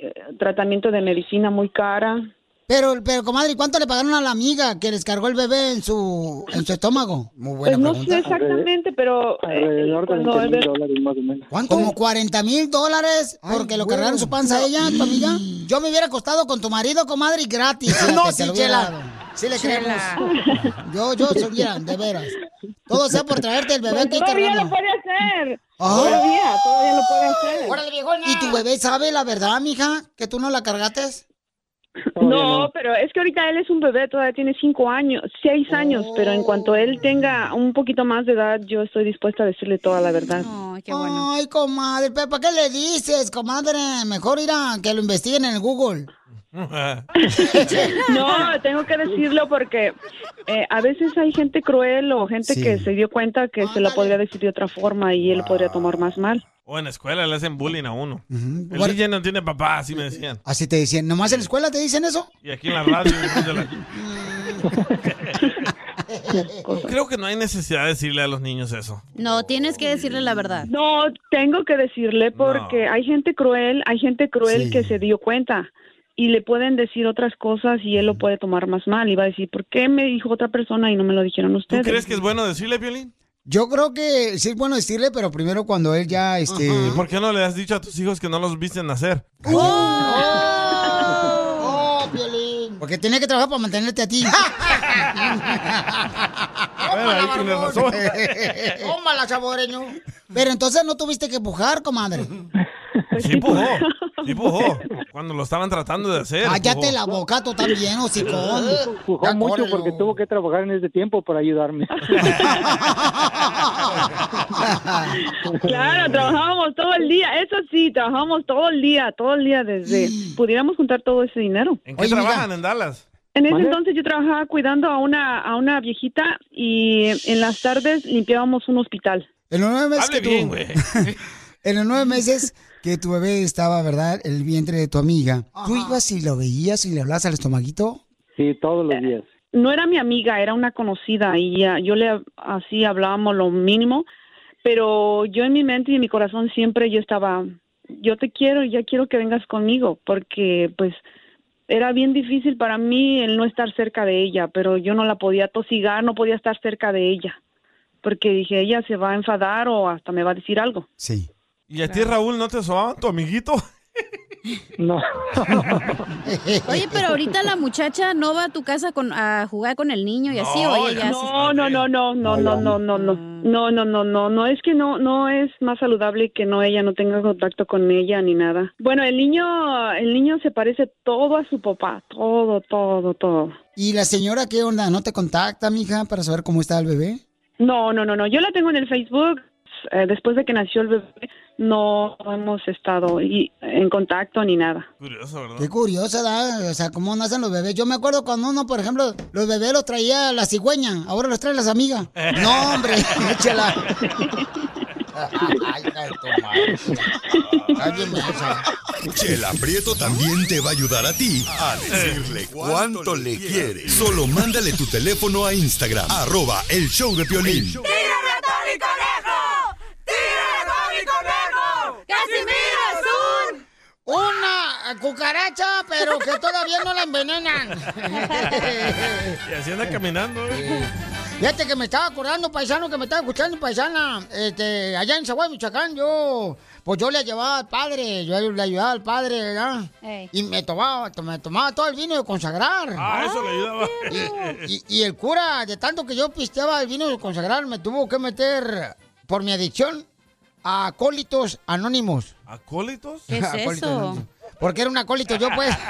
eh, tratamiento de medicina muy cara. Pero, pero comadre, ¿cuánto le pagaron a la amiga que les cargó el bebé en su, en su estómago? Muy Pues no sé exactamente, pero... eh, Pues cuando el bebé- ¿Cuánto? Como 40 mil dólares porque lo cargaron su panza a ella, tu amiga. Yo me hubiera acostado con tu marido, comadre, y gratis. No, fíjate, sí, te lo hubiera Chela. dado. Sí le creemos. Chela. Yo, yo, se hubiera, de veras. Todo sea por traerte el bebé Pues aquí todavía cargando. lo puede hacer. Ah. Todavía, todavía lo puede hacer. Órale, viejona. ¿Y tu bebé sabe la verdad, mija? ¿Que tú no la cargates? No, pero es que ahorita él es un bebé, todavía tiene cinco años, seis años, pero en cuanto él tenga un poquito más de edad, yo estoy dispuesta a decirle toda la verdad. Ay, comadre, pero ¿para qué le dices, comadre? Mejor ir a que lo investiguen en el Google. No, tengo que decirlo porque eh, a veces hay gente cruel o gente Sí. que se dio cuenta que se la podría decir de otra forma y él podría tomar más mal. O en la escuela le hacen bullying a uno. El Por- DJ no tiene papá, así me decían. Así te decían, ¿nomás en la escuela te dicen eso? Y aquí en la radio. hijos de la- Creo que no hay necesidad de decirle a los niños eso. No, tienes que decirle la verdad. No, tengo que decirle porque hay gente cruel, hay gente cruel Sí. que se dio cuenta y le pueden decir otras cosas y él lo puede tomar más mal y va a decir, ¿por qué me dijo otra persona y no me lo dijeron ¿Tú ustedes? crees que es bueno decirle, Piolín? Yo creo que sí es bueno decirle, pero primero cuando él ya, este... ¿Y por qué no le has dicho a tus hijos que no los viste nacer? Oh, Piolín. Porque tenía que trabajar para mantenerte a ti. Bueno, ahí tienes razón. Tómala, saboreño. Pero entonces no tuviste que empujar, comadre. Sí empujó, sí empujó. Cuando lo estaban tratando de hacer. Cállate empujó. la boca, tú también, hocicón. Empujó Ya, mucho córrelo. porque tuvo que trabajar en ese tiempo para ayudarme. Claro, trabajábamos todo el día, eso sí, trabajábamos todo el día, todo el día desde pudiéramos juntar todo ese dinero. ¿En qué trabajan en Dallas? En ese ¿Mande? entonces yo trabajaba cuidando a una a una viejita y en las tardes limpiábamos un hospital. En los nueve meses Hable que bien, tú- güey. en los nueve meses que tu bebé estaba, ¿verdad? El vientre de tu amiga. ¿Tú ibas y lo veías y le hablabas al estomaguito? Sí, todos los días. No era mi amiga, era una conocida y ah, yo le así hablábamos lo mínimo, pero yo en mi mente y en mi corazón siempre yo estaba, yo te quiero y ya quiero que vengas conmigo porque pues era bien difícil para mí el no estar cerca de ella, pero yo no la podía tosigar, no podía estar cerca de ella porque dije ella se va a enfadar o hasta me va a decir algo. Sí. ¿Y a ti, Raúl, no te sobaban tu amiguito? No. Oye, pero ahorita la muchacha no va a tu casa con, a jugar con el niño y así, no, o ella ya se- no, no, no, no, no, no, no, no, no, no, no, no, no, no, es que no, no es más saludable que no ella no tenga contacto con ella ni nada. Bueno, el niño, el niño se parece todo a su papá, todo, todo, todo. ¿Y la señora qué onda? ¿No te contacta, mija, para saber cómo está el bebé? No, no, no, no, yo la tengo en el Facebook. eh, después de que nació el bebé, no hemos estado y- en contacto ni nada. Curioso, ¿verdad? Ah. Qué curiosa, ¿verdad? O sea, cómo nacen los bebés. Yo me acuerdo cuando uno, por ejemplo, los bebés los traía la cigüeña, ahora los traen las amigas. No, hombre, échala. Chela Prieto también te va a ayudar a ti a decirle cuánto le quieres. Solo mándale tu teléfono a Instagram, arroba el show de Piolín. ¡Tírame a Tony Conejo! ¡Tírame a Tony Conejo! ¡Que a cucaracha, pero que todavía no la envenenan. Y así anda caminando. ¿eh? Fíjate que me estaba acordando, paisano, que me estaba escuchando, paisana. Este, allá en Zaguay, Michoacán, yo, pues yo le llevaba al padre, yo le ayudaba al padre, ¿verdad? Ey. Y me tomaba, me tomaba todo el vino de consagrar. Ah, eso le ayudaba. Y, y el cura, de tanto que yo pisteaba el vino de consagrar, me tuvo que meter, por mi adicción, a acólitos anónimos. ¿Acólitos? ¿Qué es Acólitos eso? anónimos. Porque era un acólito, yo pues.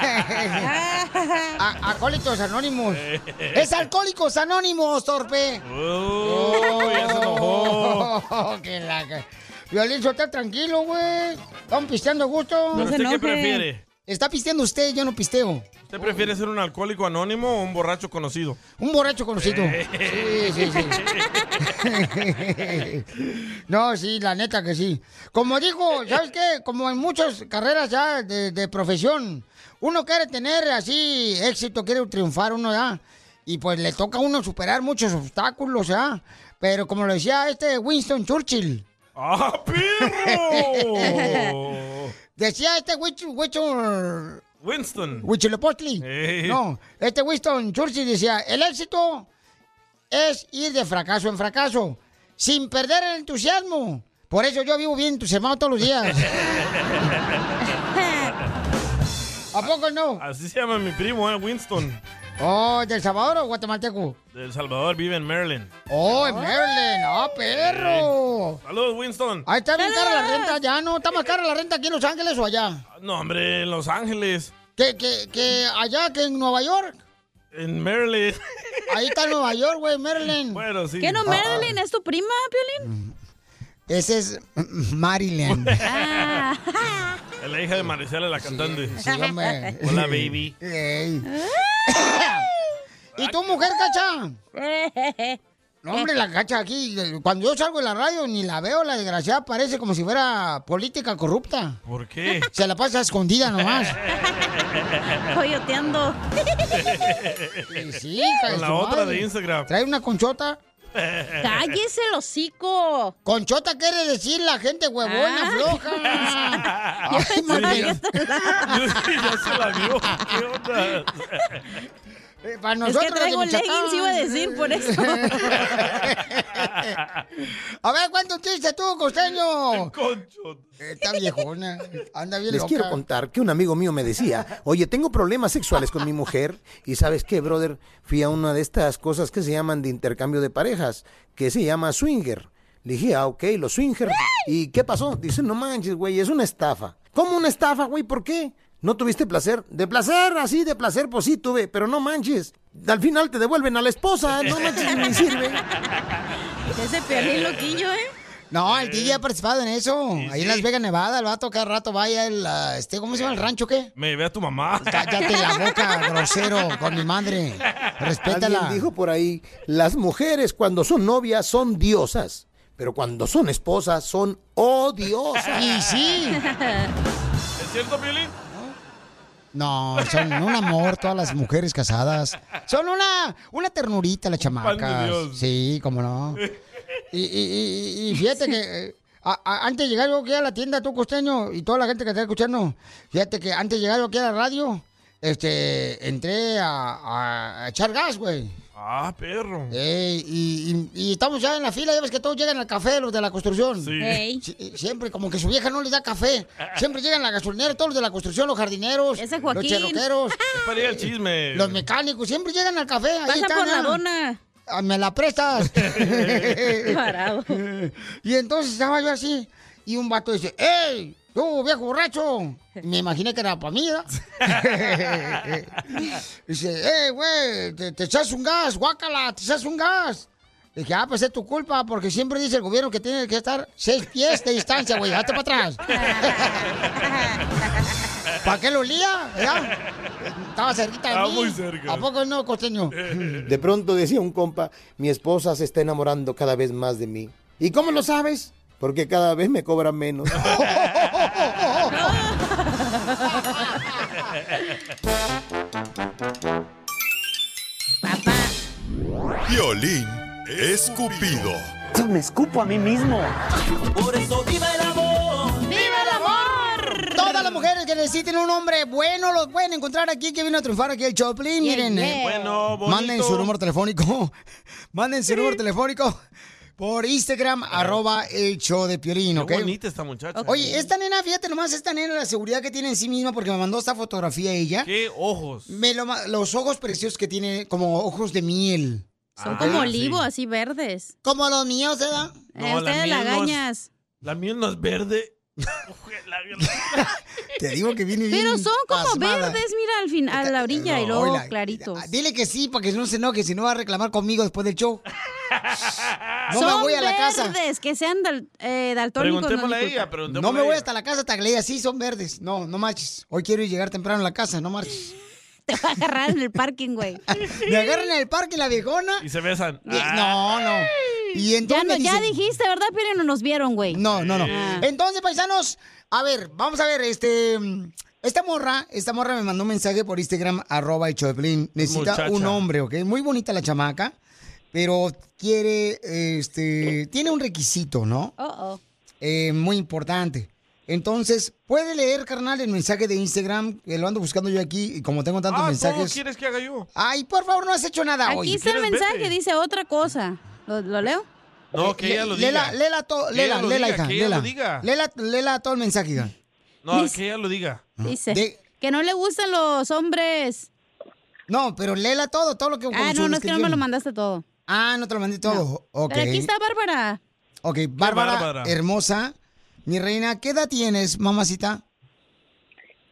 A- acólitos anónimos. Es alcohólicos anónimos, torpe. Oh, ya se enojó. que la... ca- Violín, está tranquilo, güey. Estamos pisteando a gusto. Pero No se usted qué enoje. prefiere? Está pisteando usted, yo no pisteo. ¿Usted prefiere ser un alcohólico anónimo o un borracho conocido? Un borracho conocido. Eh. Sí, sí, No, sí, la neta que sí. Como dijo, ¿sabes qué? Como en muchas carreras ya de, de profesión, uno quiere tener así éxito, quiere triunfar uno ya. Y pues le toca a uno superar muchos obstáculos ya. Pero como lo decía este Winston Churchill. ¡Ah, perro! decía este Winston... Winston Winston. Huitzilopochtli. Eh. No, este Winston Churchill decía, el éxito es ir de fracaso en fracaso, sin perder el entusiasmo. Por eso yo vivo bien entusiasmado todos los días. ¿A poco no? Así se llama mi primo, ¿eh? Winston. Oh, ¿del Salvador o guatemalteco? De El Salvador, vive en Maryland. Oh, en Maryland. ¡Ah, Eh. perro! Saludos, Winston. Ahí está bien cara la renta ya, ¿no? ¿Está más cara la renta aquí en Los Ángeles o allá? No, hombre, en Los Ángeles. ¿Que, que, que allá que en Nueva York? En Maryland. Ahí está Nueva York, güey, Maryland. Bueno, sí. Ah, ¿Qué no, Marilyn? ¿Es tu prima, Piolín? Ese es Maryland. Ah. Es la hija de Marisela, la cantante. sí, hombre. Hola, baby. Ey. ¿Y tu mujer, cacha? No, hombre, la cacha aquí. Cuando yo salgo de la radio ni la veo, la desgraciada parece como si fuera política corrupta. ¿Por qué? Se la pasa escondida nomás. Coyoteando. Sí, hija de Con la su otra madre. de Instagram. Trae una conchota. ¡Cállese el hocico! Conchota quiere decir la gente huevona, Ah. floja. Yo Ay, pensaba mami. que ya se la vio. ¿Qué onda? Eh, Para Es nosotros los que de traigo leggings, Michoacán. iba a decir, por eso. A ver, ¿cuánto chiste tú, costeño? Eh, Concho. Está viejona. Anda bien Les loca. quiero contar que un amigo mío me decía, oye, tengo problemas sexuales con mi mujer y sabes qué, brother, fui a una de estas cosas que se llaman de intercambio de parejas, que se llama swinger. Le dije, ah, ok, los swinger. ¿Y qué pasó? Dice, no manches, güey, es una estafa. ¿Cómo una estafa, güey? ¿Por qué? ¿No tuviste placer? De placer, así, de placer, pues sí tuve, pero no manches. Al final te devuelven a la esposa, no manches, ni sirve. Ese Piolín loquillo, ¿eh? No, el DJ ha participado en eso. Ahí en Las Vegas, Nevada, el vato cada rato vaya el, ah, este, ¿cómo se llama el rancho qué? Me llevé a tu mamá. Cállate la boca, grosero, con mi madre. Respétala. Alguien dijo por ahí, las mujeres cuando son novias son diosas, pero cuando son esposas son odiosas. Y sí. ¿Es cierto, Piolín? No, son un amor todas las mujeres casadas. Son una, una ternurita las chamacas. Dios. Sí, cómo no. Y, y- y- y fíjate que eh, a- a- antes de llegar yo aquí a la tienda, tú costeño, y toda la gente que está escuchando, fíjate que antes de llegar yo aquí a la radio, este, entré a- a, a echar gas, güey. Ah, perro. Ey, y, y- y estamos ya en la fila, ya ves que todos llegan al café, los de la construcción. Sí. Ey. Sie- Siempre, como que su vieja no les da café. Siempre llegan a la gasolinera, todos los de la construcción, los jardineros, los Joaquín. cherroqueros, Es para ir al chisme. los mecánicos, siempre llegan al café. Ahí Pasa están, por la ah. dona. Ah, Me la prestas. Parado. Y entonces estaba yo así, y un vato dice, ¡Ey! ¡Tú, viejo borracho! Me imaginé que era para mí, ¿verdad? Dice, eh, güey, te, te echas un gas, guácala, te echas un gas. Le dije, ah, pues es tu culpa, porque siempre dice el gobierno que tiene que estar seis pies de distancia, güey, hazte para atrás. ¿Para qué lo olía? ¿Ya? Estaba cerquita de Ah, Estaba mí. muy cerca. ¿A poco no, costeño? Eh. De pronto decía un compa, mi esposa se está enamorando cada vez más de mí. ¿Y cómo lo sabes? Porque cada vez me cobra menos. Oh, Violín escupido. Yo me escupo a mí mismo. Por eso viva el amor. ¡Viva el amor! Todas las mujeres que necesiten un hombre bueno los pueden encontrar aquí que vino a triunfar aquí el Choplin. Yeah, Miren, yeah. Bueno, bonito. manden su número telefónico. manden su número telefónico por Instagram, arroba el show de Piolín, ¿ok? Qué bonita esta muchacha. Oye, esta nena, fíjate nomás, esta nena, la seguridad que tiene en sí misma, porque me mandó esta fotografía ella. Qué ojos. Me lo ma- los ojos preciosos que tiene, como ojos de miel. Ah, Son ¿ok? como olivos, así verdes. Como los míos, ¿verdad? Eh, No, la ustedes miel no es- lagañas. La miel no es verde. Te digo que viene bien. Pero son como pasmada. verdes, mira, al fin, a la orilla y No, luego la- claritos. Ah, Dile que sí, para que no se enoje, si no va a reclamar conmigo después del show. No me Son voy a la casa. verdes, que sean dal- eh, daltónicos. no es mi culpa. No me voy hasta la casa hasta que le diga, sí, son verdes. No, no marches. Hoy quiero llegar temprano a la casa, no marches. Te va a agarrar en el parking, güey. Me agarran en el parque la viejona. Y se besan. Ah. Y- No, no. Y entonces Ah. ya, no, ya dicen- dijiste, ¿verdad? Pero no nos vieron, güey. Ah. No, no, no. Entonces, paisanos, a ver, vamos a ver, este. mm, Esta morra, esta morra me mandó un mensaje por Instagram, arroba el Choplin. Necesita Muchacha. un hombre, ¿ok? Muy bonita la chamaca, pero quiere, este, tiene un requisito, ¿no? Oh, oh. Eh, muy importante. Entonces, puede leer, carnal, el mensaje de Instagram, que lo ando buscando yo aquí, y como tengo tantos Ah, ¿cómo mensajes. quieres que haga yo? Ay, por favor, no has hecho nada hoy. Aquí está el mensaje, dice otra cosa. ¿Lo, lo leo? No, que ella lo diga. Eh, Lela, lela, to- Que lela, ella lo lela, diga, hija, que ella lela. lo diga. Lela, lela todo el mensaje, hija. No, Dice- que ella lo diga. Dice De- que no le gustan los hombres. No, pero lela todo, todo lo que Ah, no, no, es que no me lo mandaste todo. Ah, no te lo mandé todo. No. Ok. Pero aquí está Bárbara. Ok, Bárbara, bárbara. hermosa. Mi reina, ¿qué edad tienes, mamacita?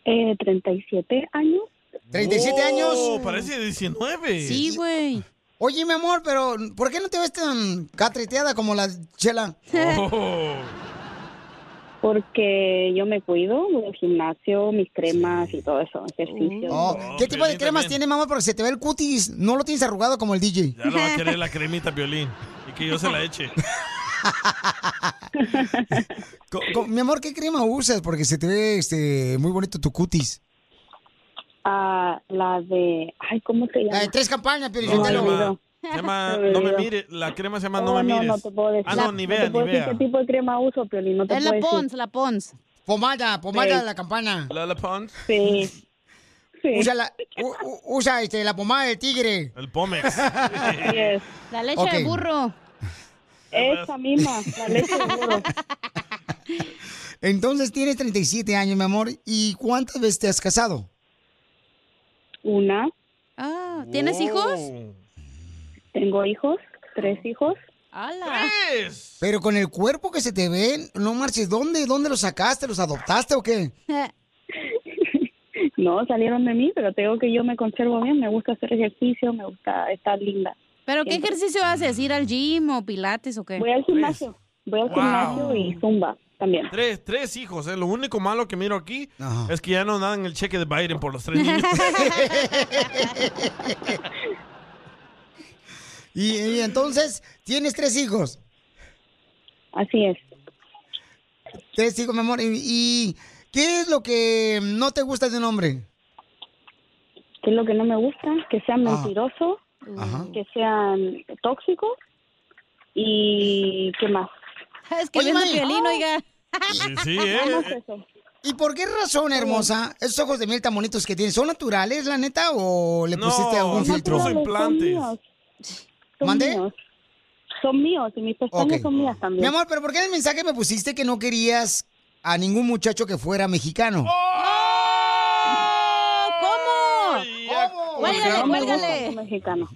Eh, 37 años. 37 Oh, años. Parece 19. güey. Oye, mi amor, pero ¿por qué no te ves tan catreteada como la chela? Porque yo me cuido, voy al gimnasio, mis cremas y todo eso, ejercicio. Oh, ¿Qué tipo de cremas tiene, mamá? Porque se te ve el cutis. No lo tienes arrugado como el DJ. Ya no va a querer la cremita violín. Y que yo se la eche. Co- co- mi amor, ¿qué crema usas? Porque se te ve este, muy bonito tu cutis. Ah, la de, ay, ¿cómo se llama? La eh, de tres campañas, pero No, se llama, se llama No me mires. La crema se llama No me no, mires. no te puedo decir. Ah, no, ni vea, te puedo ni decir vea. qué tipo de crema uso, Piolín, no te Es puedo la decir. Pons, la Pons. Pomada, pomada de la campana. La La Pons. Sí. Usa, la, u- u- usa este, la pomada del tigre. El Pomex. La leche Ok. de burro. Esa misma, la leche de burro. Entonces tienes 37 años, mi amor. ¿Y cuántas veces te has casado? Una. Ah, Oh. ¿tienes hijos? Tengo hijos, tres hijos. ¡Hala! Pero con el cuerpo que se te ve, no marches. ¿Dónde, dónde los sacaste? ¿Los adoptaste o qué? Eh. No, salieron de mí, pero tengo que yo me conservo bien, me gusta hacer ejercicio, me gusta estar linda. ¿Pero qué Siempre. ejercicio haces? ¿Ir al gym o pilates o qué? Voy al gimnasio, voy al Wow. gimnasio y zumba también. Tres, tres hijos, ¿eh? Lo único malo que miro aquí es que ya no dan el cheque de Biden por los tres niños. Y, y entonces, ¿tienes tres hijos? Así es. Tres hijos, mi amor. ¿Y, y qué es lo que no te gusta de un hombre? ¿Qué es lo que no me gusta? Que sean Ah. mentirosos, Ajá. que sean tóxicos y ¿qué más? Es que viendo Piolín, oiga. sí, eh. ¿Y por qué razón, hermosa, esos ojos de miel tan bonitos que tienes, son naturales, la neta, o le pusiste algún filtro? Son ¿Mandé? míos. Son míos y mis pestañas Ok. son mías también. Mi amor, pero ¿por qué en el mensaje me pusiste que no querías a ningún muchacho que fuera mexicano? ¿Cómo? ¿Cómo? Cuélgale, cuélgale. Mexicano.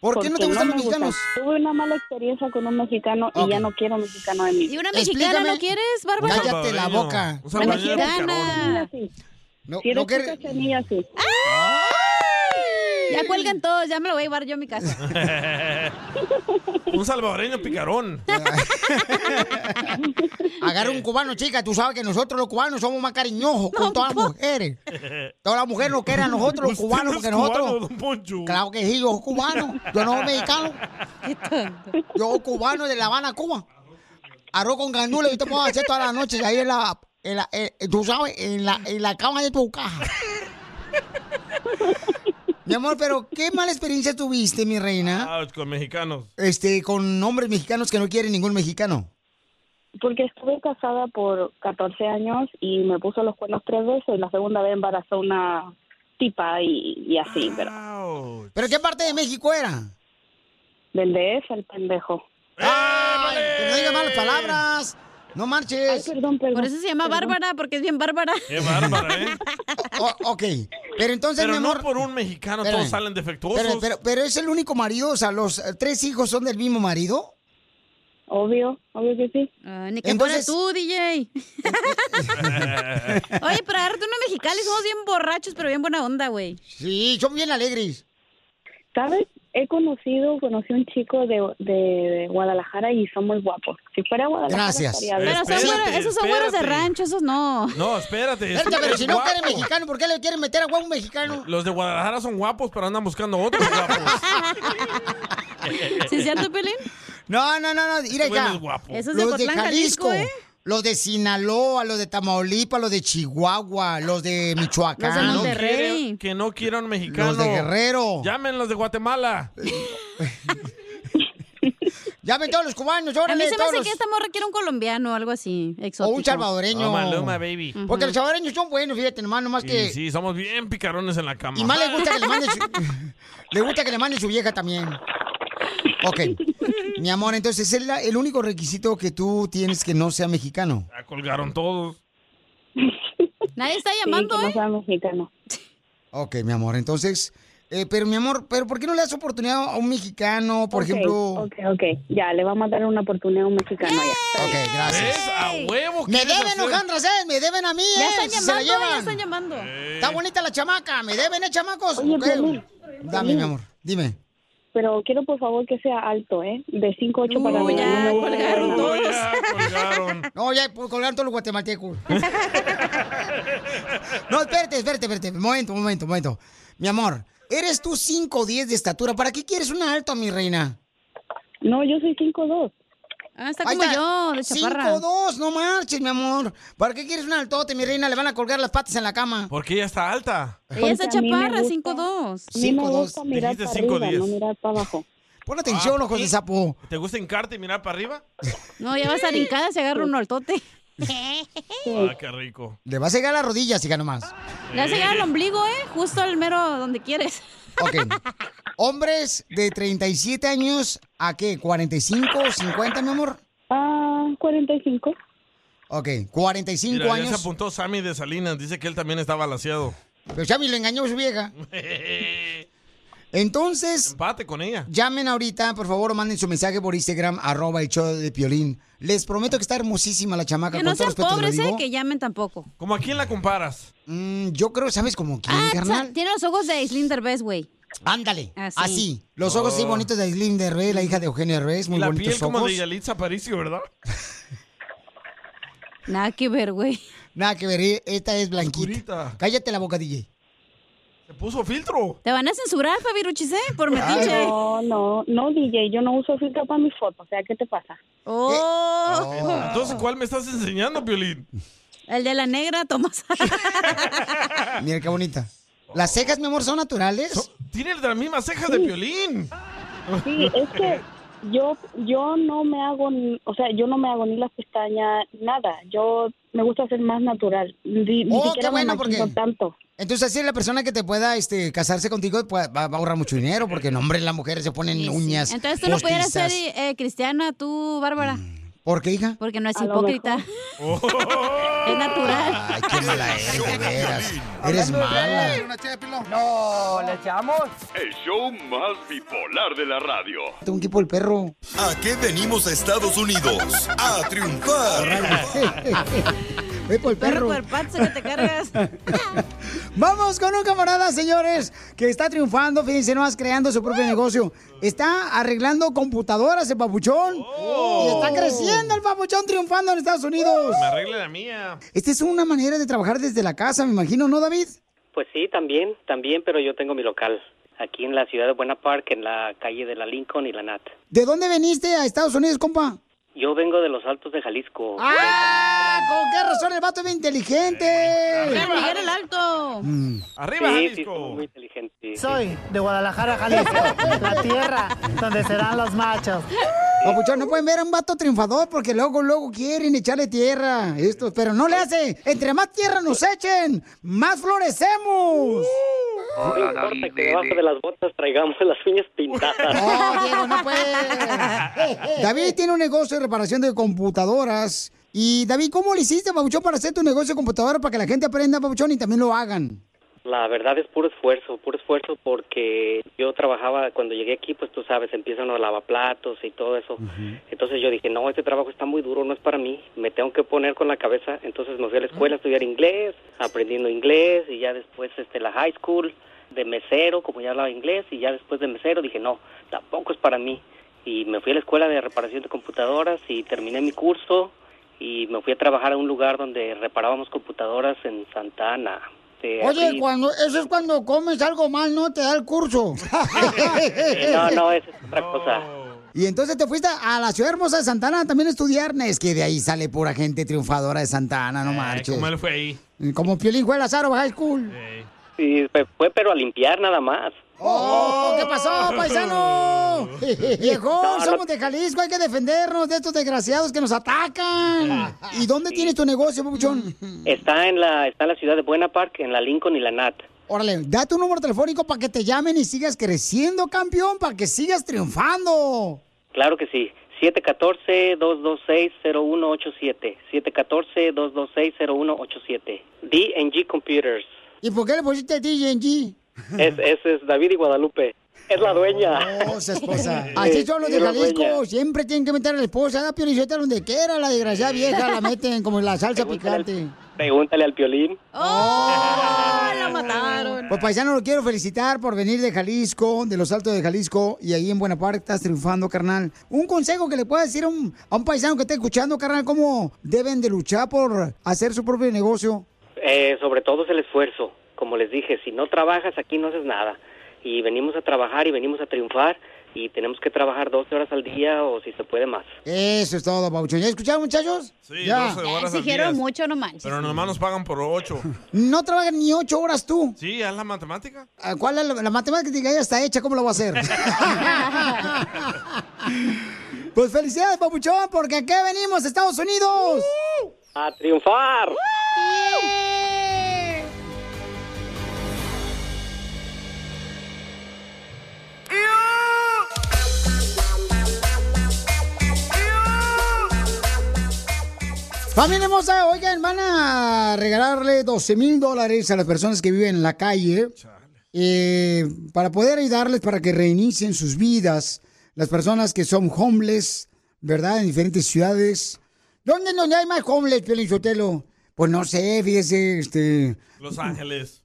¿Por qué no Porque te gustan me los gustan. mexicanos? Tuve una mala experiencia con un mexicano y ya no quiero mexicano en mí. ¿Y una mexicana no quieres, Bárbara? Cállate la boca. Una mexicana. No, Si eres no que- chica, cachanilla, sí. Ya cuelgan todos, ya me lo voy a llevar yo a mi casa. Un salvadoreño picarón. Agarra un cubano, chica. Tú sabes que nosotros los cubanos somos más cariñosos con todas las mujeres. ¡Eh! Todas las mujeres nos quieren a nosotros los Usted cubanos no es porque cubano, nosotros... don Poncho. Claro que sí, yo soy cubano. Yo no soy mexicano. Yo soy cubano de La Habana, Cuba. Arroz con gandules, yo te puedo hacer todas las noches ahí en la... en la- en- tú sabes, en la, en la cama de tu caja. Mi amor, pero ¿qué mala experiencia tuviste, mi reina? Ah, con mexicanos. Este, con hombres mexicanos que no quieren ningún mexicano. Porque estuve casada por 14 años y me puso los cuernos tres veces y la segunda vez embarazó una tipa y, y así, pero... ¿Pero qué parte de México era? Del DF, el pendejo. Ay, pero no digas malas palabras. No marches. Por eso se llama Bárbara, porque es bien bárbara. Qué bárbara, ¿eh? O- ok, pero entonces, Pero mi no amor... por un mexicano Espérame. todos salen defectuosos. Pero, pero- pero es el único marido, o sea, ¿los eh, tres hijos son del mismo marido? Obvio, obvio que sí. Ah, ni que fuera tú, DJ. Oye, para darte uno mexicali, somos bien borrachos, pero bien buena onda, güey. Sí, son bien alegres. ¿Sabes? He conocido, conocí a un chico de, de, de Guadalajara y son muy guapos. Si fuera Guadalajara... Gracias. estaría bien. Pero son Espérate, güeros- esos son güeros de espérate. rancho, esos no. No, espérate. es- Espérate, pero es si no guapo. eres mexicano, ¿por qué le quieren meter a un mexicano? Los de Guadalajara son guapos, pero andan buscando otros guapos. ¿Sí es cierto, Pelín? No, no, no, no, ir Este güey no acá. es guapo. Eso es de los de Ocotlán, Jalisco, Jalisco, ¿eh? los de Sinaloa, los de Tamaulipas, los de Chihuahua, los de Michoacán. Que no quiere- Que no quieran mexicanos. Ah, Los de Guerrero. Llamen los de Guatemala. Llamen todos los cubanos, A mí órale, se me todos hace los- que esta morra quiere un colombiano o algo así, exótico. O un salvadoreño. Oh, Maluma, baby. Ujú. Porque los salvadoreños son buenos, fíjate, nomás, nomás Y que... sí, somos bien picarones en la cama. Y más le gusta que le mande su... le gusta que le mande su vieja también. Ok. Mi amor, entonces es la- el único requisito que tú tienes que no sea mexicano. Ya colgaron todos. Nadie está ¿eh? llamando, sí, que no sea mexicano. Ok, mi amor, entonces... eh, pero, mi amor, ¿pero por qué no le das oportunidad a un mexicano, por Ok, ejemplo? Ok, ok. Ya, le vamos a dar una oportunidad a un mexicano ya. Ok, gracias. A huevo. Me quieres deben, hacer? Alejandra, ¿sabes? Me deben a mí, Ya ¿eh? están Si Se la llamando, llevan. ya están llamando. Está bonita la chamaca, me deben, ¿eh, chamacos? Ok. Dame, mi amor, dime. Pero quiero por favor que sea alto, ¿eh? De 5'8 para arriba. Oh, no me gusta. No, ya pues, colgaron todos los guatemaltecos. no, espérate, espérate, espérate. Momento, momento, momento. Mi amor, ¿eres tú 5 o 10 de estatura? ¿Para qué quieres una alta, mi reina? No, yo soy 5 2. Ah, está como yo, de chaparra. 5 2, no marches, mi amor. ¿Para qué quieres una altote, mi reina? Le van a colgar las patas en la cama. Porque ella está alta. Ella está Porque a mí me chaparra, gusta- 5'2". a mí me gusta mirar Dijiste para arriba, 5'10". no mirar para abajo. Pon atención, ojos de sapo. ¿Te gusta hincarte y mirar para arriba? No, ya va a estar hincada, se agarra un altote. Ah, qué rico. Le vas a llegar a las rodillas, hija nomás. Le hace llegar al ombligo, ¿eh? Justo al mero donde quieres. Ok. Hombres de 37 años a qué? ¿45, 50, mi amor? Ah, 45. Ok, 45 Mira, ya se años. apuntó Sammy de Salinas. Dice que él también está balaseado. Pero Xavi Pues lo engañó a su vieja. Entonces. Empate con ella. Llamen ahorita, por favor, o manden su mensaje por Instagram, arroba el show de Piolín. Les prometo que está hermosísima la chamaca. Que con no todo sean respeto te lo pobres, ¿eh? digo. Mm, Que llamen tampoco. ¿Cómo a quién la comparas? yo creo, ¿sabes como quién, Ah, carnal? sa- tiene los ojos de Slinder Best, güey. Ándale. Así. Así, los ojos así Oh. bonitos de Aislinn de Rey, la hija de Eugenio Derbez, Y muy la bonitos piel como ojos. de Yalitza Aparicio, ¿verdad? Nada que ver, güey. Nada que ver, eh, esta es blanquita. Cállate la boca, DJ. Se puso filtro. Te van a censurar, Fabi Ruchis, ¿eh? Por metiche. No, no, no, DJ, yo no uso filtro para mis fotos. O sea, ¿qué te pasa? Oh. Entonces, ¿cuál me estás enseñando, Piolín? El de la negra, Tomás. Mira qué bonita. Las cejas, mi amor, son naturales. Tiene las mismas cejas de Piolín. Sí, es que yo yo no me hago, n- o sea, yo no me hago ni las pestañas, nada. Yo me gusta ser más natural. Ni, ni oh, siquiera qué me bueno, porque. maquillo tanto. Entonces, así la persona que te pueda este, casarse contigo pues, va, va a ahorrar mucho dinero, porque no, hombre, las mujeres se ponen uñas. Entonces tú lo pudieras postizas. ser eh, cristiana, tú, Bárbara. ¿Por qué, hija? Porque no es A lo hipócrita. Oh. es natural. Ay, qué mala eres, de veras. Eres Hablando de mala. Una No, ¿le echamos? El show más bipolar de la radio. Tengo un equipo el perro. ¿A qué venimos a Estados Unidos? A triunfar. Ve por el perro. cuerpazo que te cargas. Vamos con un camarada, señores, que está triunfando, fíjense nomás, creando su propio negocio. Está arreglando computadoras el papuchón. Y está creciendo el papuchón, triunfando en Estados Unidos. Me arregle la mía. Esta es una manera de trabajar desde la casa, me imagino, ¿no, David? Pues sí, también, también, pero yo tengo mi local aquí en la ciudad de Buena Park, en la calle de la Lincoln y la Nat. ¿De dónde viniste a Estados Unidos, compa? Yo vengo de los Altos de Jalisco. ¡Ah! ¿Con qué razón el vato es bien inteligente? Arriba, Miguel el Alto! Mm. sí, sí, somos muy inteligente. Soy de Guadalajara, Jalisco, la tierra donde serán los machos. Papuchón, no pueden ver a un vato triunfador porque luego, luego quieren echarle tierra. Esto, pero no le hace. Entre más tierra nos echen, más florecemos. No importa que debajo de las botas traigamos las uñas pintadas. No, Oh, Diego, no puede. David tiene un negocio de reparación de computadoras. Y David, ¿cómo le hiciste, Papuchón, para hacer tu negocio de computadora para que la gente aprenda, Papuchón, y también lo hagan? La verdad es puro esfuerzo, puro esfuerzo porque yo trabajaba, cuando llegué aquí, pues tú sabes, empiezan los lavaplatos y todo eso. Entonces yo dije, no, este trabajo está muy duro, no es para mí, me tengo que poner con la cabeza. Entonces me fui a la escuela a estudiar inglés, aprendiendo inglés y ya después este, la high school de mesero, como ya hablaba inglés, y ya después de mesero dije, no, tampoco es para mí. Y me fui a la escuela de reparación de computadoras y terminé mi curso y me fui a trabajar a un lugar donde reparábamos computadoras en Santa Ana. Este, Oye, así- cuando, eso es cuando comes algo mal, ¿no? Te da el curso. Eh, No, no, esa es otra cosa. Y entonces te fuiste a la ciudad hermosa de Santana también a estudiar. Es que de ahí sale pura gente triunfadora de Santana, no marches. ¿Cómo él fue ahí? Como Piolín fue a la Zaro High School. Sí, fue, fue, pero a limpiar nada más. ¡Oh! ¿Qué pasó, paisano? Viejo, No, no. somos de Jalisco, hay que defendernos de estos desgraciados que nos atacan. ¿Y dónde tienes tu negocio, papuchón? Está en la está en la ciudad de Buena Park, en la Lincoln y la Nat. Órale, da tu número telefónico para que te llamen y sigas creciendo, campeón, para que sigas triunfando. Claro que sí. 714-226-0187. 714-226-0187. DNG Computers. ¿Y por qué le pusiste DNG? Es, ese es David y Guadalupe. Es la dueña. Oh, su esposa. Así son los de Jalisco, siempre tienen que meter a la esposa, la piolizota donde quiera, la desgraciada vieja, la meten como en la salsa picante. Pregúntale al piolín. ¡Oh! la mataron! Pues paisano, lo quiero felicitar por venir de Jalisco, de los altos de Jalisco, y ahí en Buena Parte estás triunfando, carnal. Un consejo que le puedas decir a un, a un paisano que esté escuchando, carnal, cómo deben de luchar por hacer su propio negocio. Eh, sobre todo es el esfuerzo. Como les dije, si no trabajas aquí no haces nada. Y venimos a trabajar y venimos a triunfar y tenemos que trabajar 12 horas al día o si se puede más. Eso es todo, Pauchón. ¿Ya escucharon, muchachos? Sí, ya. 12 horas al Exigieron día. mucho, no manches. Pero nomás nos pagan por 8. No trabajas ni ocho horas tú. Sí, es la matemática. Ah, ¿Cuál es la, la matemática ya está hecha? ¿Cómo lo voy a hacer? pues felicidades, Papuchón, porque acá venimos, Estados Unidos. ¡A triunfar! Familia hermosa, oigan, van a regalarle 12 mil dólares a las personas que viven en la calle eh, para poder ayudarles para que reinicien sus vidas. Las personas que son homeless, ¿verdad? En diferentes ciudades. ¿Dónde, dónde hay más homeless, Piolín Sotelo? Pues no sé, fíjese, este... Los Ángeles.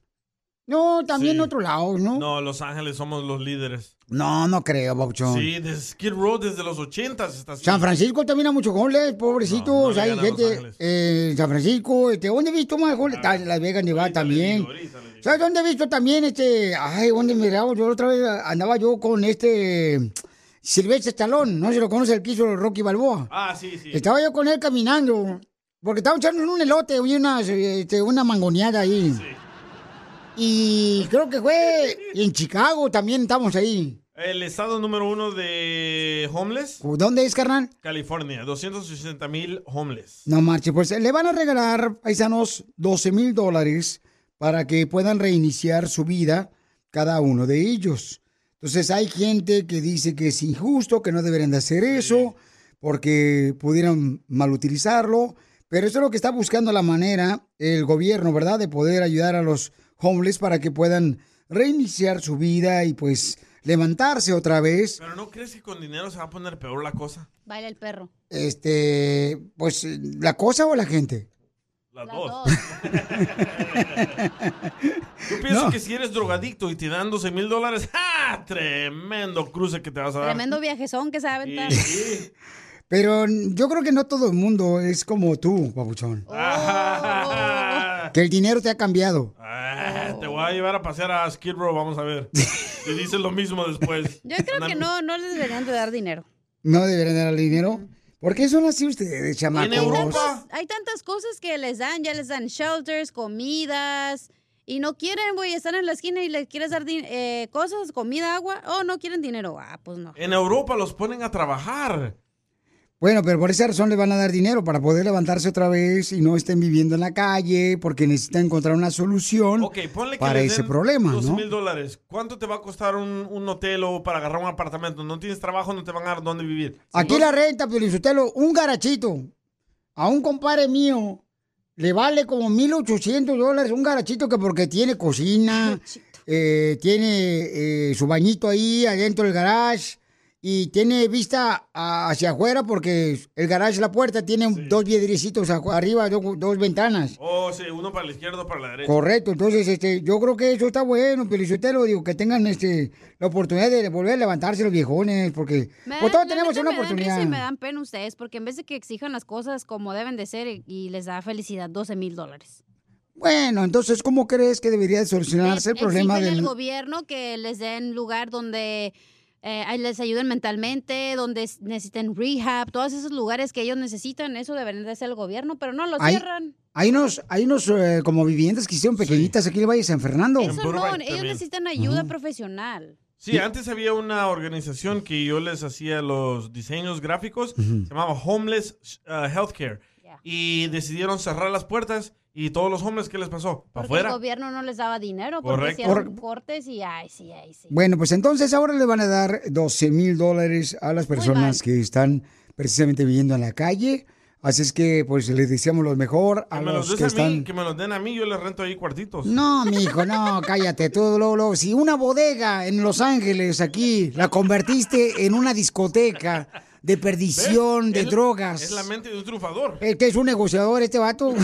No, también Sí. en otro lado, ¿no? No, Los Ángeles somos los líderes. No, no creo, Bauchón. Sí, desde Skid Row desde los 80 está así. San Francisco también hay muchos goles, pobrecitos. No, no le hay gana a Los gente. eh, San Francisco, este, ¿dónde he visto más goles? Ah, Las Vegas, Nevada también. ¿Sabes dónde he visto también este? Ay, ¿dónde miraba? Yo otra vez andaba yo con este. Silvestre Estalón, no se lo conoce el que hizo Rocky Balboa. Ah, sí, sí. Estaba yo con él caminando, porque estaba echando un elote y una, este, una mangoneada ahí. Y creo que fue en Chicago también estamos ahí. El estado número uno de homeless, ¿Dónde es, carnal? California. 260 mil homeless. No marche, pues le van a regalar, paisanos, 12 mil dólares para que puedan reiniciar su vida cada uno de ellos. Entonces hay gente que dice que es injusto, que no deberían de hacer eso, porque pudieran malutilizarlo, pero eso es lo que está buscando la manera el gobierno, ¿verdad? De poder ayudar a los homeless para que puedan reiniciar su vida y pues levantarse otra vez. Pero ¿no crees que con dinero se va a poner peor la cosa? Baila el perro. Este, pues la cosa o la gente. Las, dos. Yo pienso que si eres drogadicto y te dan 12 mil dólares, ¡ah! Tremendo cruce que te Ah. vas a dar. Tremendo viajezón que se va a aventar. Pero yo creo que no todo el mundo es como tú, babuchón. Oh. Que el dinero te ha cambiado. Ah, Te voy a llevar a pasear a Skid Row, vamos a ver. Y dices lo mismo después. Yo creo que no, no les deberían de dar dinero. No deberían dar el dinero. ¿Por qué son así ustedes, chamacos? Hay tantas cosas que les dan, ya les dan shelters, comidas. Y no quieren, güey, están en la esquina y les quieres dar din- eh, cosas, comida, agua. Oh, no quieren dinero. Ah, pues no. En Europa los ponen a trabajar. Bueno, pero por esa razón le van a dar dinero para poder levantarse otra vez y no estén viviendo en la calle porque necesitan encontrar una solución Ok, ponle que para les ese den problema, 12 ¿no? mil dólares. ¿Cuánto te va a costar un, un hotel o para agarrar un apartamento? No tienes trabajo, no te van a dar dónde vivir. Aquí la renta, Piolizotelo, un garachito. A un compadre mío le vale como 1.800 dólares un garachito que porque tiene cocina, eh, tiene eh, su bañito ahí adentro del garage y tiene vista a- hacia afuera porque el garage, la puerta, tiene dos vidriecitos acu- arriba, do- dos ventanas. Oh, sí, uno para la izquierda o para la derecha. Correcto, entonces este, yo creo que eso está bueno, Piolizotelo, digo, que tengan este, la oportunidad de volver a levantarse los viejones porque Me pues, dan- todos la tenemos neta una me dan risa oportunidad. y me dan pena ustedes porque en vez de que exijan las cosas como deben de ser y les da felicidad 12 mil dólares. Bueno, entonces, ¿cómo crees que debería de solucionarse el problema Exigen del... al gobierno que les den lugar donde eh, ay, les ayuden mentalmente, donde s- necesiten rehab, todos esos lugares que ellos necesitan, eso debería de ser el gobierno, pero no lo Hay- cierran. Hay unos, hay unos eh, como viviendas que hicieron pequeñitas aquí en el Valle de San Fernando. Eso no, ellos también. necesitan ayuda profesional. Sí, antes había una organización que yo les hacía los diseños gráficos, Ujú. se llamaba Homeless uh, Healthcare. Y decidieron cerrar las puertas y todos los homeless, ¿qué les pasó? ¿Para Porque el afuera? gobierno no les daba dinero, porque Correcto. hicieron cortes y ay, sí, ay, sí. Bueno, pues entonces ahora le van a dar 12 mil dólares a las personas que están precisamente viviendo en la calle. Así es que, pues, les deseamos lo mejor a Que me los los des que a están... mí, que me los den a mí, yo les rento ahí cuartitos. No, mijo, no, cállate. Tú, luego, luego, si una bodega en Los Ángeles, aquí, la convertiste en una discoteca de perdición, de Es- drogas. Es la mente de un triunfador. Es que es un negociador este vato.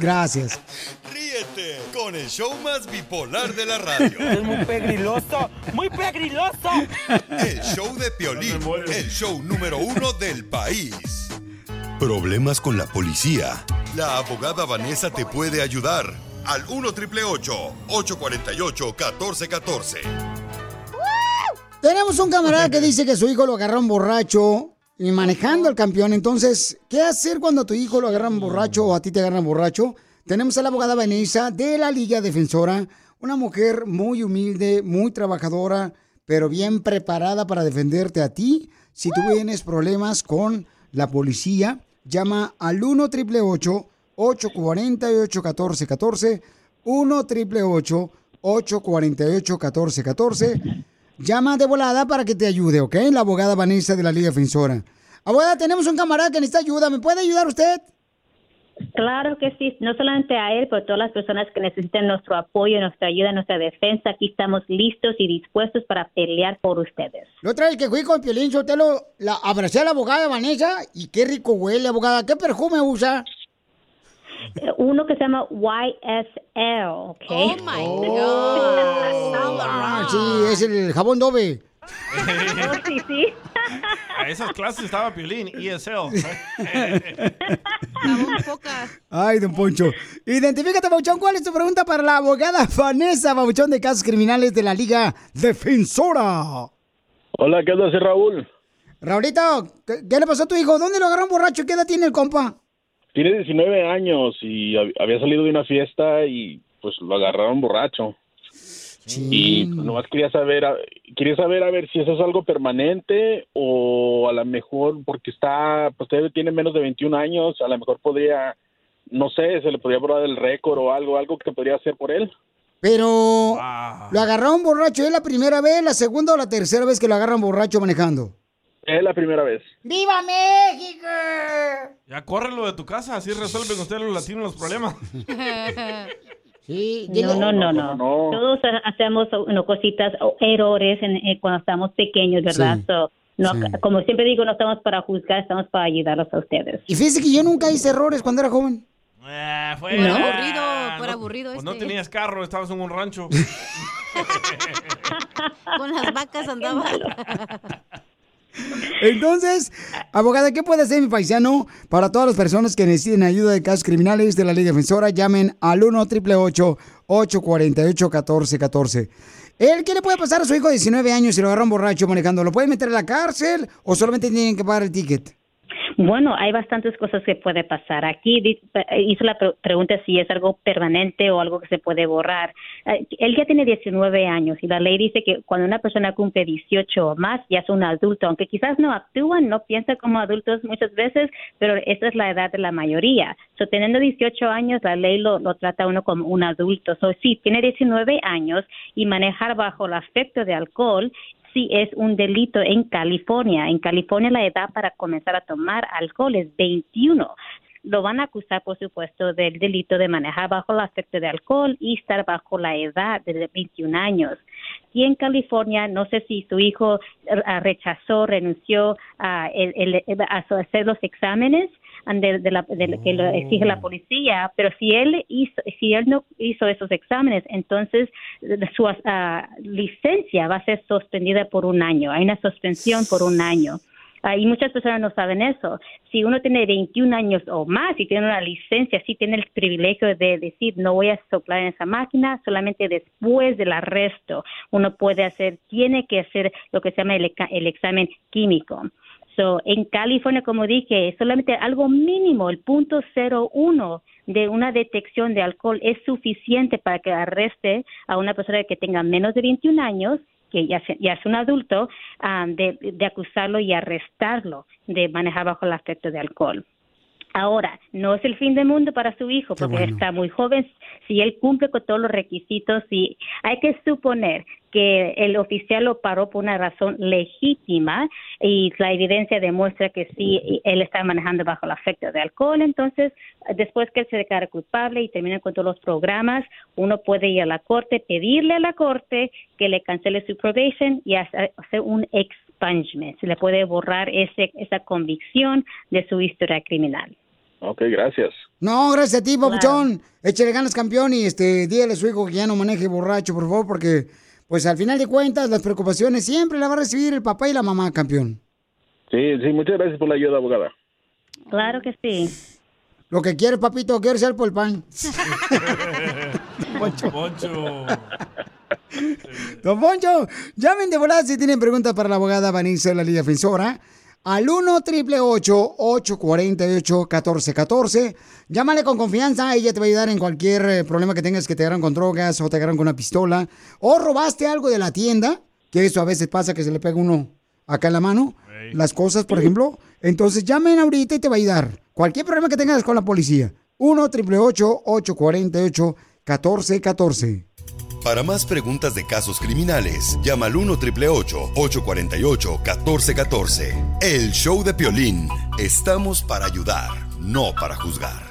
Gracias. Ríete con el show más bipolar de la radio. Es muy pegriloso, muy pegriloso. El show de Piolín, el show número uno del país. Problemas con la Policía. La abogada Vanessa te puede ayudar al 1 848 1414. Tenemos un camarada que dice que su hijo lo agarraron borracho y manejando al campeón. Entonces, ¿qué hacer cuando a tu hijo lo agarran borracho o a ti te agarran borracho? Tenemos a la abogada Vanessa de la Liga Defensora, una mujer muy humilde, muy trabajadora, pero bien preparada para defenderte a ti. Si tú tienes problemas con la policía, llama al 1 888 848 1414 1 888 848 1414 Llama de volada para que te ayude, ¿ok? La abogada Vanessa de la Liga Defensora. Abogada, tenemos un camarada que necesita ayuda. ¿Me puede ayudar usted? Claro que sí, no solamente a él, pero todas las personas que necesitan nuestro apoyo, nuestra ayuda, nuestra defensa, aquí estamos listos y dispuestos para pelear por ustedes. La otra vez que fui con Piolín Sotelo, la abracé a la abogada Vanessa y qué rico huele, abogada. ¿Qué perfume usa? Eh, Uno que se llama YSL, ¿ok? Oh, my God. Ah, sí, es el jabón doble. sí, sí. A esas clases estaba Piolín, E ESL. Ay, don Poncho. Identifícate, Bauchón. ¿Cuál es tu pregunta para la abogada Vanessa Bauchón de Casos Criminales de la Liga Defensora? Hola, ¿qué onda, soy Raúl? Raulito, ¿qué, qué le pasó a tu hijo? ¿Dónde lo agarraron borracho? ¿Qué edad tiene el compa? Tiene 19 años y hab- había salido de una fiesta y pues lo agarraron borracho. Y pues, nomás quería saber, a- quería saber a ver si eso es algo permanente o a lo mejor porque está, pues todavía tiene menos de 21 años, a lo mejor podría, no sé, se le podría borrar el récord o algo, algo que podría hacer por él. Pero lo agarraron borracho. ¿Es la primera vez, la segunda o la tercera vez que lo agarran borracho manejando? Es la primera vez. ¡Viva México! Ya córrelo de tu casa, así resuelven ustedes los latinos los problemas. Sí, No, no, no, no. Oh. Todos ha- hacemos uh, no, cositas o errores en- eh, cuando estamos pequeños, ¿verdad? Sí, So, no, sí. Como siempre digo, no estamos para juzgar, estamos para ayudarlos a ustedes. Y fíjese que yo nunca hice errores cuando era joven. Fue No. Aburrido, por aburrido Pues no este. tenías carro, estabas en un rancho. Con las vacas andaba. Entonces, abogada, ¿qué puede hacer mi paisano para todas las personas que necesiten ayuda de casos criminales de la ley defensora? Llamen al 1 848 1414 ¿El qué le puede pasar a su hijo de 19 años si lo agarran borracho manejando? ¿Lo pueden meter a la cárcel o solamente tienen que pagar el ticket? Bueno, hay bastantes cosas que puede pasar. Aquí di- eh, hizo la pre- pregunta si es algo permanente o algo que se puede borrar. Eh, Él ya tiene 19 años y la ley dice que cuando una persona cumple 18 o más ya es un adulto, aunque quizás no actúan, no piensa como adultos muchas veces, pero esa es la edad de la mayoría. So, teniendo 18 años, la ley lo, lo trata a uno como un adulto. So, sí, tiene 19 años y manejar bajo el afecto de alcohol sí es un delito en California. En California la edad para comenzar a tomar alcohol es 21. Lo van a acusar, por supuesto, del delito de manejar bajo el afecto de alcohol y estar bajo la edad de 21 años. Y en California, no sé si su hijo eh, ah, rechazó, renunció a, el- el- a su- hacer los exámenes ah, de, de la- de lo que lo exige la Oh. policía, pero si él hizo, si él no hizo esos exámenes, entonces eh, su ah, licencia va a ser suspendida por un año. Hay una suspensión por un año. Ah, y muchas personas no saben eso. Si uno tiene 21 años o más y tiene una licencia, sí tiene el privilegio de decir, no voy a soplar en esa máquina, solamente después del arresto uno puede hacer, tiene que hacer lo que se llama el, eca- el examen químico. So, en California, como dije, solamente algo mínimo, el punto 01 de una detección de alcohol es suficiente para que arreste a una persona que tenga menos de 21 años, que ya, se- ya es un adulto, ah, de, de acusarlo y arrestarlo de manejar bajo el aspecto de alcohol. Ahora, no es el fin del mundo para su hijo Qué porque bueno. está muy joven. Si él cumple con todos los requisitos y hay que suponer que el oficial lo paró por una razón legítima y la evidencia demuestra que sí, él está manejando bajo el afecto de alcohol, entonces después que él se declara culpable y termina con todos los programas, uno puede ir a la corte, pedirle a la corte que le cancele su probation y hacer hacer un expungement. Se le puede borrar ese, esa convicción de su historia criminal. Ok, gracias. No, gracias a ti, papuchón. Échale ganas, campeón, y este, dígale a su hijo que ya no maneje borracho, por favor, porque, pues al final de cuentas, las preocupaciones siempre las va a recibir el papá y la mamá, campeón. Sí, sí, muchas gracias por la ayuda, abogada. Claro que sí. Lo que quieres, papito, quiero ser por el pan. Poncho. Poncho. Don Poncho, llamen de volada si tienen preguntas para la abogada Vanessa de la Liga Defensora. Al 1 848 1414 Llámale con confianza, ella te va a ayudar en cualquier eh, problema que tengas, que te agarran con drogas o te agarran con una pistola o robaste algo de la tienda, que eso a veces pasa que se le pega uno acá en la mano, las cosas, por ejemplo. Entonces llamen ahorita y te va a ayudar. Cualquier problema que tengas con la policía. 1 848 1414 Para más preguntas de casos criminales, llama al 1 888 848 1414 El show de Piolín. Estamos para ayudar, no para juzgar.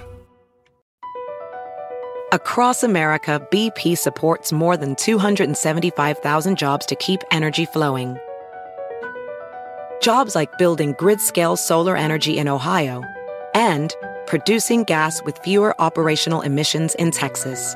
Across America, BP supports more than 275,000 jobs to keep energy flowing. Jobs like building grid scale solar energy in Ohio and producing gas with fewer operational emissions in Texas.